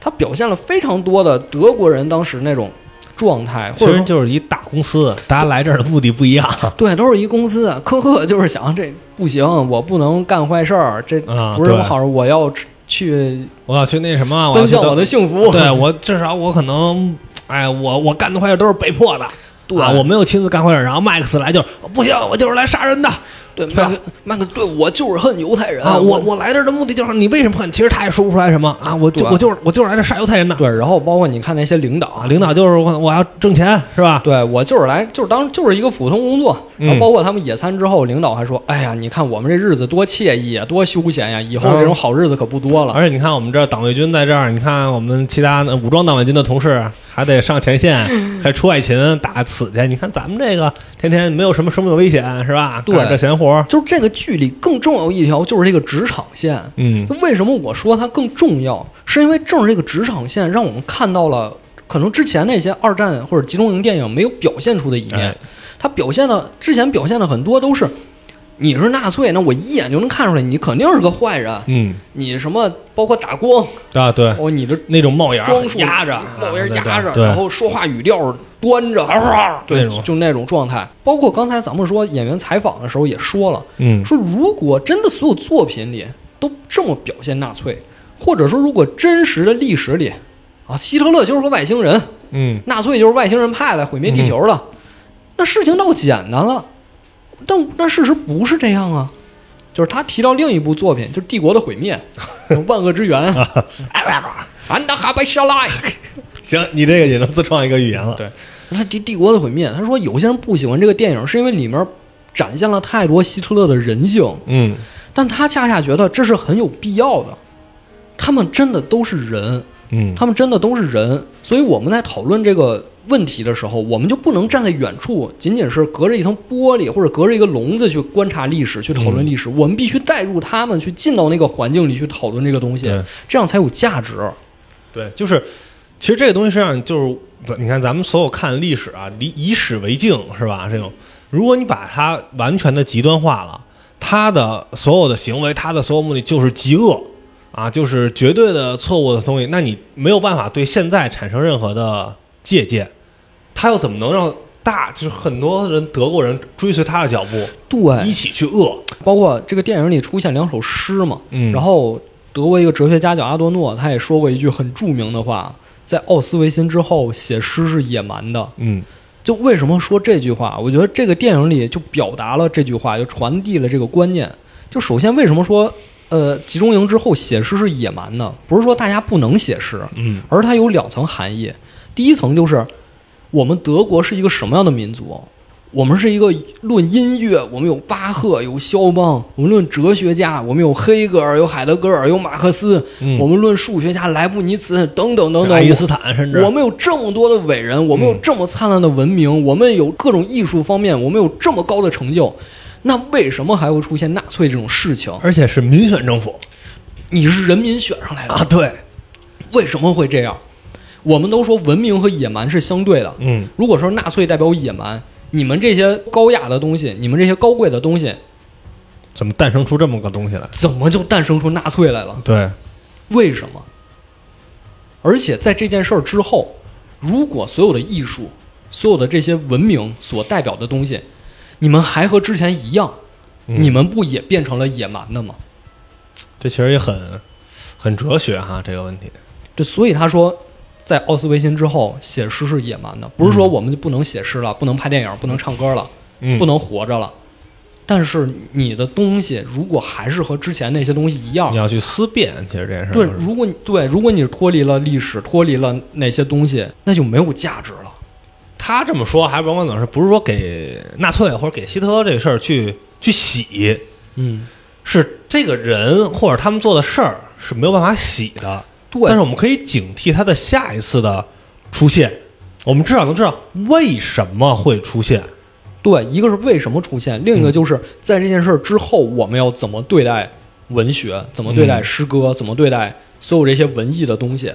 Speaker 1: 他表现了非常多的德国人当时那种状态，
Speaker 2: 其
Speaker 1: 或者
Speaker 2: 实
Speaker 1: 说
Speaker 2: 就是一大公司，大家来这儿的目的不一样
Speaker 1: 对，都是一公司。科赫就是想这不行，我不能干坏事儿，这
Speaker 2: 啊。
Speaker 1: 不是什么
Speaker 2: 对
Speaker 1: 好事儿，我要去
Speaker 2: 我要去那什么，我要
Speaker 1: 奔
Speaker 2: 去
Speaker 1: 向
Speaker 2: 德
Speaker 1: 我的幸福。
Speaker 2: 对我至少我可能，哎，我我干的坏事都是被迫的，
Speaker 1: 对
Speaker 2: 啊，我没有亲自干坏事。然后 Max 来就是不行，我就是来杀人的
Speaker 1: 对，
Speaker 2: 是吧
Speaker 1: 麦克麦克，对我就是恨犹太人
Speaker 2: 啊！我我来这儿的目的就是你为什么恨？其实他也说不出来什么啊！我就
Speaker 1: 对
Speaker 2: 我就是我就是来这儿杀犹太人的
Speaker 1: 对，然后包括你看那些领导
Speaker 2: 啊！
Speaker 1: 啊，
Speaker 2: 领导就是我我要挣钱是吧？
Speaker 1: 对我就是来就是当就是一个普通工作，
Speaker 2: 嗯
Speaker 1: 然后包括他们野餐之后，领导还说，哎呀，你看我们这日子多惬意啊，多休闲呀，以后这种好日子可不多了。
Speaker 2: 而且你看我们这儿党卫军在这儿，你看我们其他的武装党卫军的同事还得上前线，还出外勤打死去。你看咱们这个天天没有什么生命危险是吧？
Speaker 1: 对
Speaker 2: 干这闲活儿，
Speaker 1: 就是这个剧里更重要一条就是这个职场线。
Speaker 2: 嗯
Speaker 1: 为什么我说它更重要？是因为正是这个职场线让我们看到了可能之前那些二战或者集中营电影没有表现出的一面
Speaker 2: 哎。
Speaker 1: 它表现的之前表现的很多都是你是纳粹，那我一眼就能看出来，你肯定是个坏人。
Speaker 2: 嗯
Speaker 1: 你什么包括打光，
Speaker 2: 啊，对，
Speaker 1: 哦，你的
Speaker 2: 那种帽檐儿
Speaker 1: 装束
Speaker 2: 压着，
Speaker 1: 帽檐
Speaker 2: 啊
Speaker 1: 压着，
Speaker 2: 对啊
Speaker 1: 然后说话语调端着，对
Speaker 2: 那，种
Speaker 1: 就那种状态。包括刚才咱们说演员采访的时候也说了，
Speaker 2: 嗯
Speaker 1: 说如果真的所有作品里都这么表现纳粹，或者说如果真实的历史里啊，希特勒就是个外星人，
Speaker 2: 嗯
Speaker 1: 纳粹就是外星人派来毁灭地球的，那事情倒简单了。但但事实不是这样啊，就是他提到另一部作品，就是《帝国的毁灭》《万恶之源》安达哈白沙拉。
Speaker 2: 行，你这个也能自创一个语言了，
Speaker 1: 对，他帝帝国的毁灭，他说有些人不喜欢这个电影，是因为里面展现了太多希特勒的人性，
Speaker 2: 嗯
Speaker 1: 但他恰恰觉得这是很有必要的。他们真的都是人，
Speaker 2: 嗯，
Speaker 1: 他们真的都是人，所以我们在讨论这个问题的时候，我们就不能站在远处，仅仅是隔着一层玻璃或者隔着一个笼子去观察历史、去讨论历史。
Speaker 2: 嗯
Speaker 1: 我们必须带入他们，去进到那个环境里去讨论这个东西
Speaker 2: 对，
Speaker 1: 这样才有价值。
Speaker 2: 对，就是其实这个东西实际上就是咱你看咱们所有看历史啊，以以史为镜是吧？这种如果你把它完全的极端化了，他的所有的行为，他的所有目的就是极恶啊，就是绝对的错误的东西，那你没有办法对现在产生任何的借鉴，他又怎么能让？大就是很多人德国人追随他的脚步，
Speaker 1: 对，
Speaker 2: 一起去恶。
Speaker 1: 包括这个电影里出现两首诗嘛，
Speaker 2: 嗯
Speaker 1: 然后德国一个哲学家叫阿多诺，他也说过一句很著名的话，在奥斯维辛之后写诗是野蛮的。
Speaker 2: 嗯
Speaker 1: 就为什么说这句话？我觉得这个电影里就表达了这句话，就传递了这个观念。就首先为什么说，呃，集中营之后写诗是野蛮的，不是说大家不能写诗，
Speaker 2: 嗯
Speaker 1: 而它有两层含义。第一层就是我们德国是一个什么样的民族？我们是一个论音乐，我们有巴赫，有肖邦；我们论哲学家，我们有黑格尔，有海德格尔，有马克思；
Speaker 2: 嗯
Speaker 1: 我们论数学家，莱布尼茨等等等等。
Speaker 2: 爱因斯坦甚至
Speaker 1: 我们有这么多的伟人，我们有这么灿烂的文明，我们有各种艺术方面，我们有这么高的成就，那为什么还会出现纳粹这种事情？
Speaker 2: 而且是民选政府
Speaker 1: 你是人民选上来的，
Speaker 2: 啊，对，
Speaker 1: 为什么会这样？我们都说文明和野蛮是相对的。
Speaker 2: 嗯
Speaker 1: 如果说纳粹代表野蛮，你们这些高雅的东西，你们这些高贵的东西，
Speaker 2: 怎么诞生出这么个东西来？
Speaker 1: 怎么就诞生出纳粹来了？
Speaker 2: 对，
Speaker 1: 为什么？而且在这件事儿之后，如果所有的艺术、所有的这些文明所代表的东西，你们还和之前一样，
Speaker 2: 嗯
Speaker 1: 你们不也变成了野蛮的吗？
Speaker 2: 这其实也很很哲学哈，这个问题。
Speaker 1: 这所以他说，在奥斯维辛之后，写诗是野蛮的，不是说我们就不能写诗了，不能拍电影，不能唱歌了，
Speaker 2: 嗯
Speaker 1: 不能活着了。但是你的东西如果还是和之前那些东西一样
Speaker 2: 你，要去思辨，其实这件事儿
Speaker 1: 对，
Speaker 2: 就是
Speaker 1: 如果你对，如果你脱离了历史，脱离了那些东西，那就没有价值了。
Speaker 2: 他这么说，还甭管怎么说，不是说给纳粹或者给希特勒这个事儿去去洗，
Speaker 1: 嗯，
Speaker 2: 是这个人或者他们做的事儿是没有办法洗的。
Speaker 1: 对，
Speaker 2: 但是我们可以警惕他的下一次的出现，我们至少能知道为什么会出现。
Speaker 1: 对，一个是为什么出现，另一个
Speaker 2: 嗯
Speaker 1: 就是在这件事儿之后，我们要怎么对待文学，怎么对
Speaker 2: 嗯
Speaker 1: 待诗歌，怎么对待所有这些文艺的东西，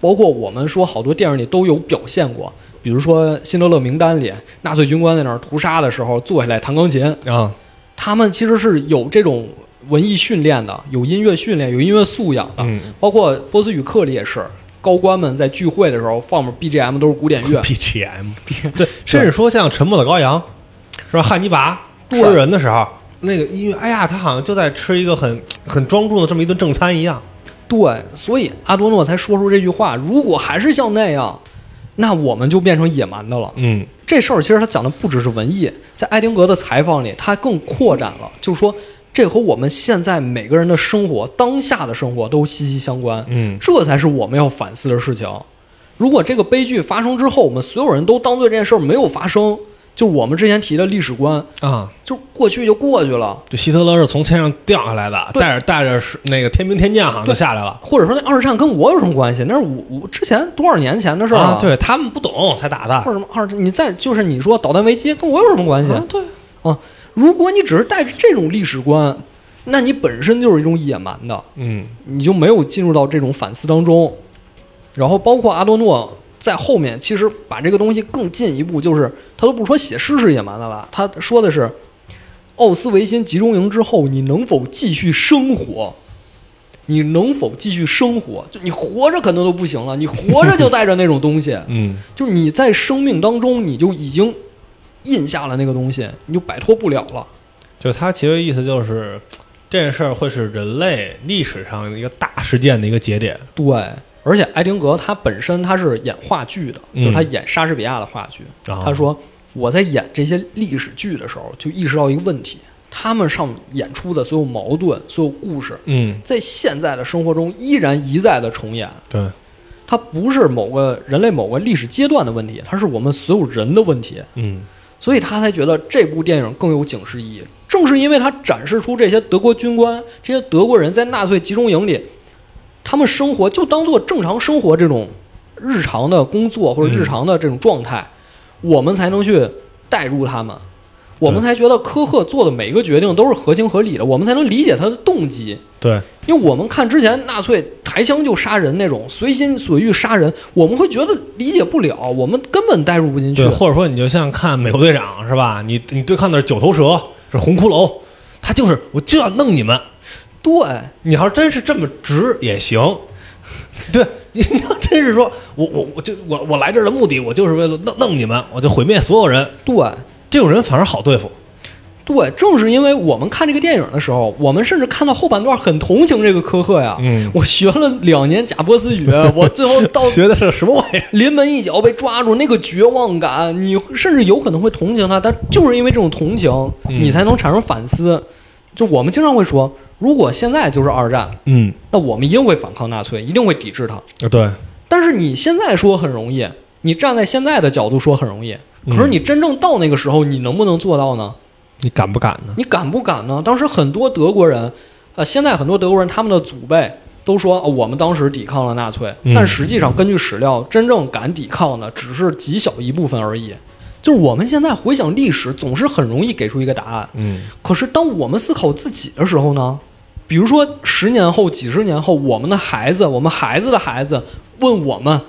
Speaker 1: 包括我们说好多电影里都有表现过，比如说《辛德勒名单》里，纳粹军官在那儿屠杀的时候坐下来弹钢琴，
Speaker 2: 啊，
Speaker 1: 他们其实是有这种文艺训练的，有音乐训练，有音乐素养的。
Speaker 2: 嗯。
Speaker 1: 包括波斯语课里也是，高官们在聚会的时候放的 BGM 都是古典乐
Speaker 2: BGM，对， 甚至说像《沉默的羔羊》，是吧？汉尼拔吃
Speaker 1: 对
Speaker 2: 人的时候，那个音乐，哎呀，他好像就在吃一个很很庄重的这么一顿正餐一样。
Speaker 1: 对，所以阿多诺才说出这句话：如果还是像那样，那我们就变成野蛮的了。
Speaker 2: 嗯
Speaker 1: 这事儿其实他讲的不只是文艺，在爱丁格的采访里，他更扩展了，就是说这和我们现在每个人的生活、当下的生活都息息相关。
Speaker 2: 嗯，
Speaker 1: 这才是我们要反思的事情。如果这个悲剧发生之后，我们所有人都当做这件事儿没有发生，就我们之前提的历史观，
Speaker 2: 啊，
Speaker 1: 就过去就过去了，
Speaker 2: 就希特勒是从天上掉下来的，
Speaker 1: 对
Speaker 2: 带着带着是那个天兵天将好像就
Speaker 1: 对
Speaker 2: 下来了。
Speaker 1: 或者说那二战跟我有什么关系？那是我我之前多少年前的事儿了、
Speaker 2: 啊，，对他们不懂才打的。
Speaker 1: 或者什么二战，你再就是你说导弹危机跟我有什么关系
Speaker 2: 啊，对，
Speaker 1: 啊？如果你只是带着这种历史观，那你本身就是一种野蛮的。
Speaker 2: 嗯
Speaker 1: 你就没有进入到这种反思当中。然后包括阿多诺在后面，其实把这个东西更进一步，就是他都不说写诗是野蛮的了，他说的是奥斯维辛集中营之后，你能否继续生活？你能否继续生活？就你活着可能都不行了，你活着就带着那种东西，
Speaker 2: 嗯
Speaker 1: 就是你在生命当中你就已经印下了那个东西，你就摆脱不了了。
Speaker 2: 就是他其实意思就是，这件事儿会是人类历史上一个大事件的一个节点。
Speaker 1: 对，而且艾丁格他本身他是演话剧的，
Speaker 2: 嗯
Speaker 1: 就是他演莎士比亚的话剧。
Speaker 2: 啊
Speaker 1: 他说我在演这些历史剧的时候，就意识到一个问题：他们上演出的所有矛盾、所有故事，
Speaker 2: 嗯，
Speaker 1: 在现在的生活中依然一再的重演。
Speaker 2: 对，
Speaker 1: 它不是某个人类某个历史阶段的问题，它是我们所有人的问题。
Speaker 2: 嗯
Speaker 1: 所以他才觉得这部电影更有警示意义。正是因为他展示出这些德国军官、这些德国人在纳粹集中营里，他们生活就当做正常生活这种日常的工作或者
Speaker 2: 嗯
Speaker 1: 日常的这种状态，我们才能去代入他们，我们
Speaker 2: 对
Speaker 1: 才觉得科赫做的每一个决定都是合情合理的，我们才能理解他的动机。
Speaker 2: 对，
Speaker 1: 因为我们看之前纳粹抬枪就杀人那种随心所欲杀人，我们会觉得理解不了，我们根本代入不进去
Speaker 2: 对，。或者说你就像看美国队长是吧？你你对抗的是九头蛇，是红骷髅，他就是我就要弄你们。
Speaker 1: 对，
Speaker 2: 你要真是这么直也行，对，你你要真是说我我我就我我来这儿的目的，我就是为了弄弄你们，我就毁灭所有人，
Speaker 1: 对。
Speaker 2: 这种人反而好对付。
Speaker 1: 对，正是因为我们看这个电影的时候，我们甚至看到后半段很同情这个科赫呀。
Speaker 2: 嗯
Speaker 1: 我学了两年贾 波斯语，我最后到
Speaker 2: 学的是什么玩意儿？
Speaker 1: 临门一脚被抓住，那个绝望感，你甚至有可能会同情他，但就是因为这种同情，
Speaker 2: 嗯
Speaker 1: 你才能产生反思。就我们经常会说，如果现在就是二战，
Speaker 2: 嗯，
Speaker 1: 那我们一定会反抗纳粹，一定会抵制他。
Speaker 2: 对，
Speaker 1: 但是你现在说很容易，你站在现在的角度说很容易，可是
Speaker 2: 嗯
Speaker 1: 你真正到那个时候，你能不能做到呢？
Speaker 2: 你敢不敢呢？
Speaker 1: 你敢不敢呢？当时很多德国人，呃，现在很多德国人他们的祖辈都说、呃我们当时抵抗了纳粹，
Speaker 2: 嗯
Speaker 1: 但实际上根据史料，真正敢抵抗的只是极小一部分而已。就是我们现在回想历史，总是很容易给出一个答案。
Speaker 2: 嗯，
Speaker 1: 可是当我们思考自己的时候呢？比如说十年后、几十年后，我们的孩子、我们孩子的孩子问我们：“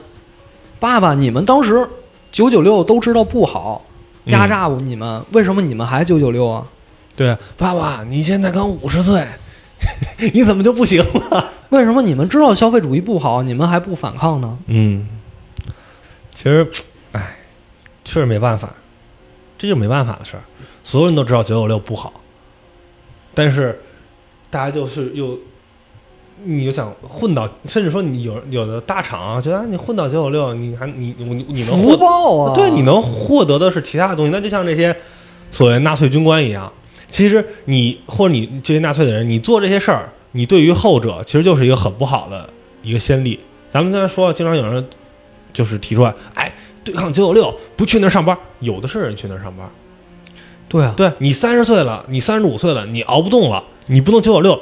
Speaker 1: 爸爸，你们当时九九六都知道不好，
Speaker 2: 嗯
Speaker 1: 压榨你们，为什么你们还九九六啊？”
Speaker 2: 对，爸爸，你现在刚五十岁， 你怎么就不行了？
Speaker 1: 为什么你们知道消费主义不好，你们还不反抗呢？
Speaker 2: 嗯，其实，哎，确实没办法，这就没办法的事儿。所有人都知道九九六不好，但是大家就是又，你就想混到，甚至说你有有的大厂啊觉得、啊、你混到九九六，你还你你你能
Speaker 1: 福
Speaker 2: 混
Speaker 1: 报啊！
Speaker 2: 对，你能获得的是其他的东西。那就像这些所谓纳粹军官一样，其实你或者你这些纳粹的人，你做这些事儿，你对于后者其实就是一个很不好的一个先例。咱们刚才说，经常有人就是提出来，哎，对抗九九六，不去那儿上班，有的是人去那儿上班。
Speaker 1: 对啊，
Speaker 2: 对你三十岁了，你三十五岁了，你熬不动了，你不能九九六，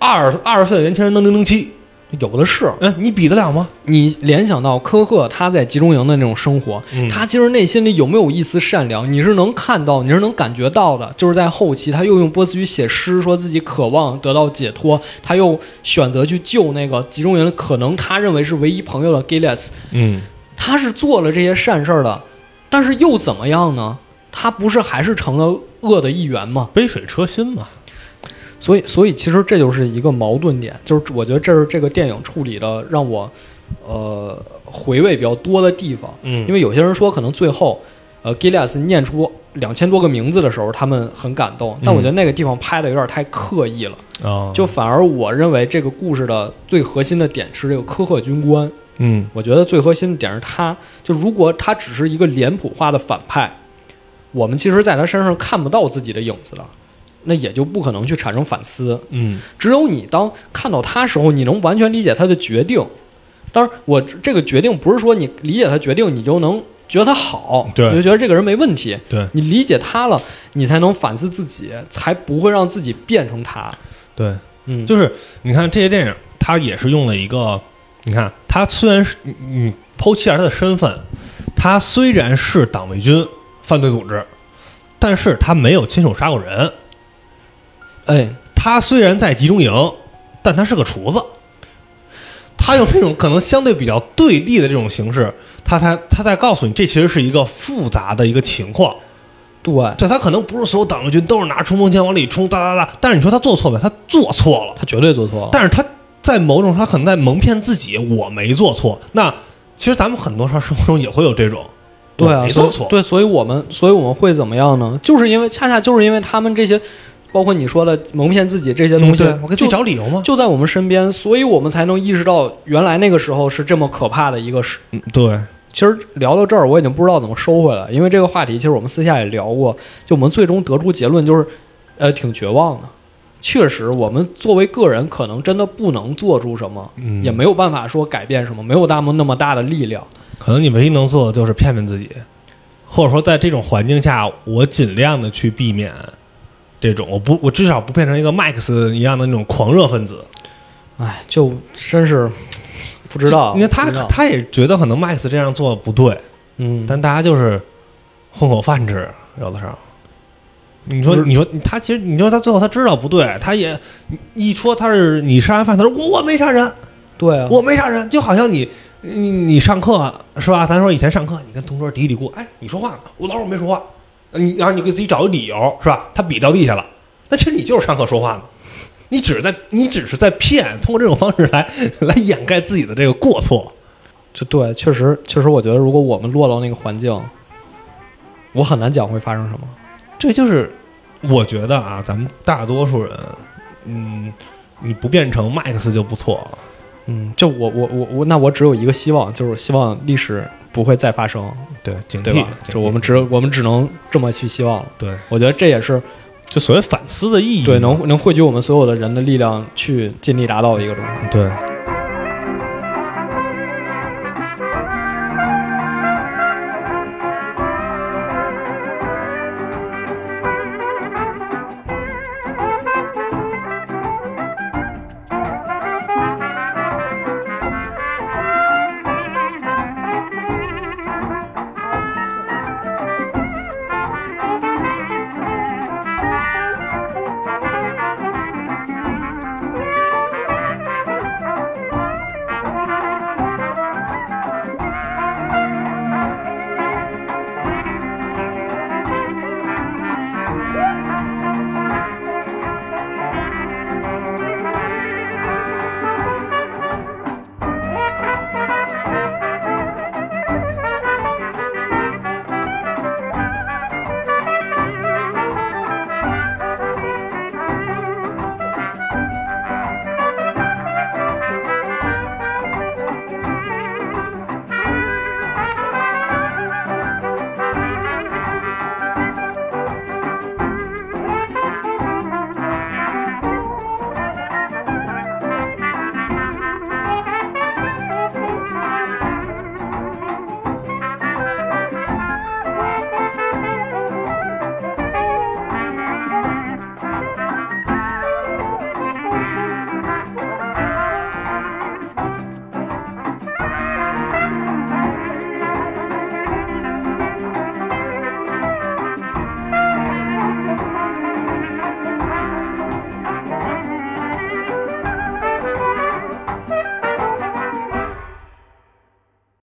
Speaker 2: 二二十岁的年轻人能零零七，
Speaker 1: 啊有的是。
Speaker 2: 嗯，你比得了吗？
Speaker 1: 你联想到科赫他在集中营的那种生活，
Speaker 2: 嗯
Speaker 1: 他其实内心里有没有一丝善良，你是能看到，你是能感觉到的。就是在后期，他又用波斯语写诗，说自己渴望得到解脱，他又选择去救那个集中营里可能他认为是唯一朋友的 Gilles，
Speaker 2: 嗯，
Speaker 1: 他是做了这些善事儿的，但是又怎么样呢？他不是还是成了恶的一员吗？
Speaker 2: 杯水车薪嘛。
Speaker 1: 所以，所以其实这就是一个矛盾点，就是我觉得这是这个电影处理的让我，呃，回味比较多的地方。
Speaker 2: 嗯
Speaker 1: 因为有些人说，可能最后，呃 g i l l e s 念出两千多个名字的时候，他们很感动，但我觉得那个地方拍的有点太刻意了，
Speaker 2: 啊，
Speaker 1: 就反而我认为这个故事的最核心的点是这个科赫军官。
Speaker 2: 嗯。
Speaker 1: 我觉得最核心的点是他，就如果他只是一个脸谱化的反派，我们其实在他身上看不到自己的影子了，那也就不可能去产生反思。
Speaker 2: 嗯
Speaker 1: 只有你当看到他时候，你能完全理解他的决定。当然，我这个决定不是说你理解他决定，你就能觉得他好，
Speaker 2: 对
Speaker 1: 你就觉得这个人没问题。，
Speaker 2: 对
Speaker 1: 你理解他了，你才能反思自己，才不会让自己变成他。
Speaker 2: 对，
Speaker 1: 嗯，
Speaker 2: 就是你看这些电影，它也是用了一个，你看它虽然是嗯你你剖析一下他的身份，他虽然是党卫军犯罪组织，但是他没有亲手杀过人，
Speaker 1: 哎，
Speaker 2: 他虽然在集中营，但他是个厨子。他用这种可能相对比较对立的这种形式，他才他在告诉你，这其实是一个复杂的一个情况。
Speaker 1: 对，
Speaker 2: 对他可能不是所有党卫军都是拿冲锋枪往里冲，哒哒哒。但是你说他做错没？他做错了，
Speaker 1: 他绝对做错了。
Speaker 2: 但是他在某种上他可能在蒙骗自己，我没做错。那其实咱们很多时候生活中也会有这种，
Speaker 1: 对
Speaker 2: 我
Speaker 1: 啊，
Speaker 2: 没
Speaker 1: 所
Speaker 2: 做
Speaker 1: 以
Speaker 2: 错，
Speaker 1: 对，所以我们所以我们会怎么样呢？就是因为恰恰就是因为他们这些，包括你说的蒙骗自己这些
Speaker 2: 嗯
Speaker 1: 东西，啊
Speaker 2: 对我给自己
Speaker 1: 就
Speaker 2: 找理由吗？
Speaker 1: 就在我们身边，所以我们才能意识到原来那个时候是这么可怕的一个事。
Speaker 2: 嗯对，
Speaker 1: 其实聊到这儿，我已经不知道怎么收回来，因为这个话题其实我们私下也聊过，就我们最终得出结论就是，呃，挺绝望的。确实，我们作为个人，可能真的不能做出什么，
Speaker 2: 嗯
Speaker 1: 也没有办法说改变什么，没有那么那么大的力量。
Speaker 2: 可能你唯一能做的就是骗骗自己，或者说在这种环境下，我尽量的去避免这种，我不，我至少不变成一个 Max 一样的那种狂热分子。
Speaker 1: 哎，就真是不知道。
Speaker 2: 你看他
Speaker 1: 不知道
Speaker 2: 他也觉得可能 Max 这样做不对，
Speaker 1: 嗯，
Speaker 2: 但大家就是混口饭吃，有的时候。你说，
Speaker 1: 不是
Speaker 2: 你说他其实，你说他最后他知道不对，他也一说他是你杀人犯，他说我我没杀人，
Speaker 1: 对啊，
Speaker 2: 我没杀人，就好像你你你上课是吧？咱说以前上课，你跟同桌嘀嘀咕，哎，你说话呢？我老师我没说话，你然后你给自己找一理由是吧？他笔掉地下了，那其实你就是上课说话呢，你只是在你只是在骗，通过这种方式来来掩盖自己的这个过错。
Speaker 1: 就对，确实确实，我觉得如果我们落到那个环境，我很难讲会发生什么。
Speaker 2: 这就是我觉得啊，咱们大多数人，嗯，你不变成 Max 就不错了。
Speaker 1: 嗯，就我我我我，那我只有一个希望，就是希望历史不会再发生，
Speaker 2: 对，警
Speaker 1: 对
Speaker 2: 惕
Speaker 1: 吧？，
Speaker 2: 警
Speaker 1: 就
Speaker 2: 惕
Speaker 1: 我们只我们只能这么去希望了。
Speaker 2: 对，
Speaker 1: 我觉得这也是
Speaker 2: 就所谓反思的意义嘛，
Speaker 1: 嗯对能能汇聚我们所有的人的力量，去尽力达到的一个东西。
Speaker 2: 对。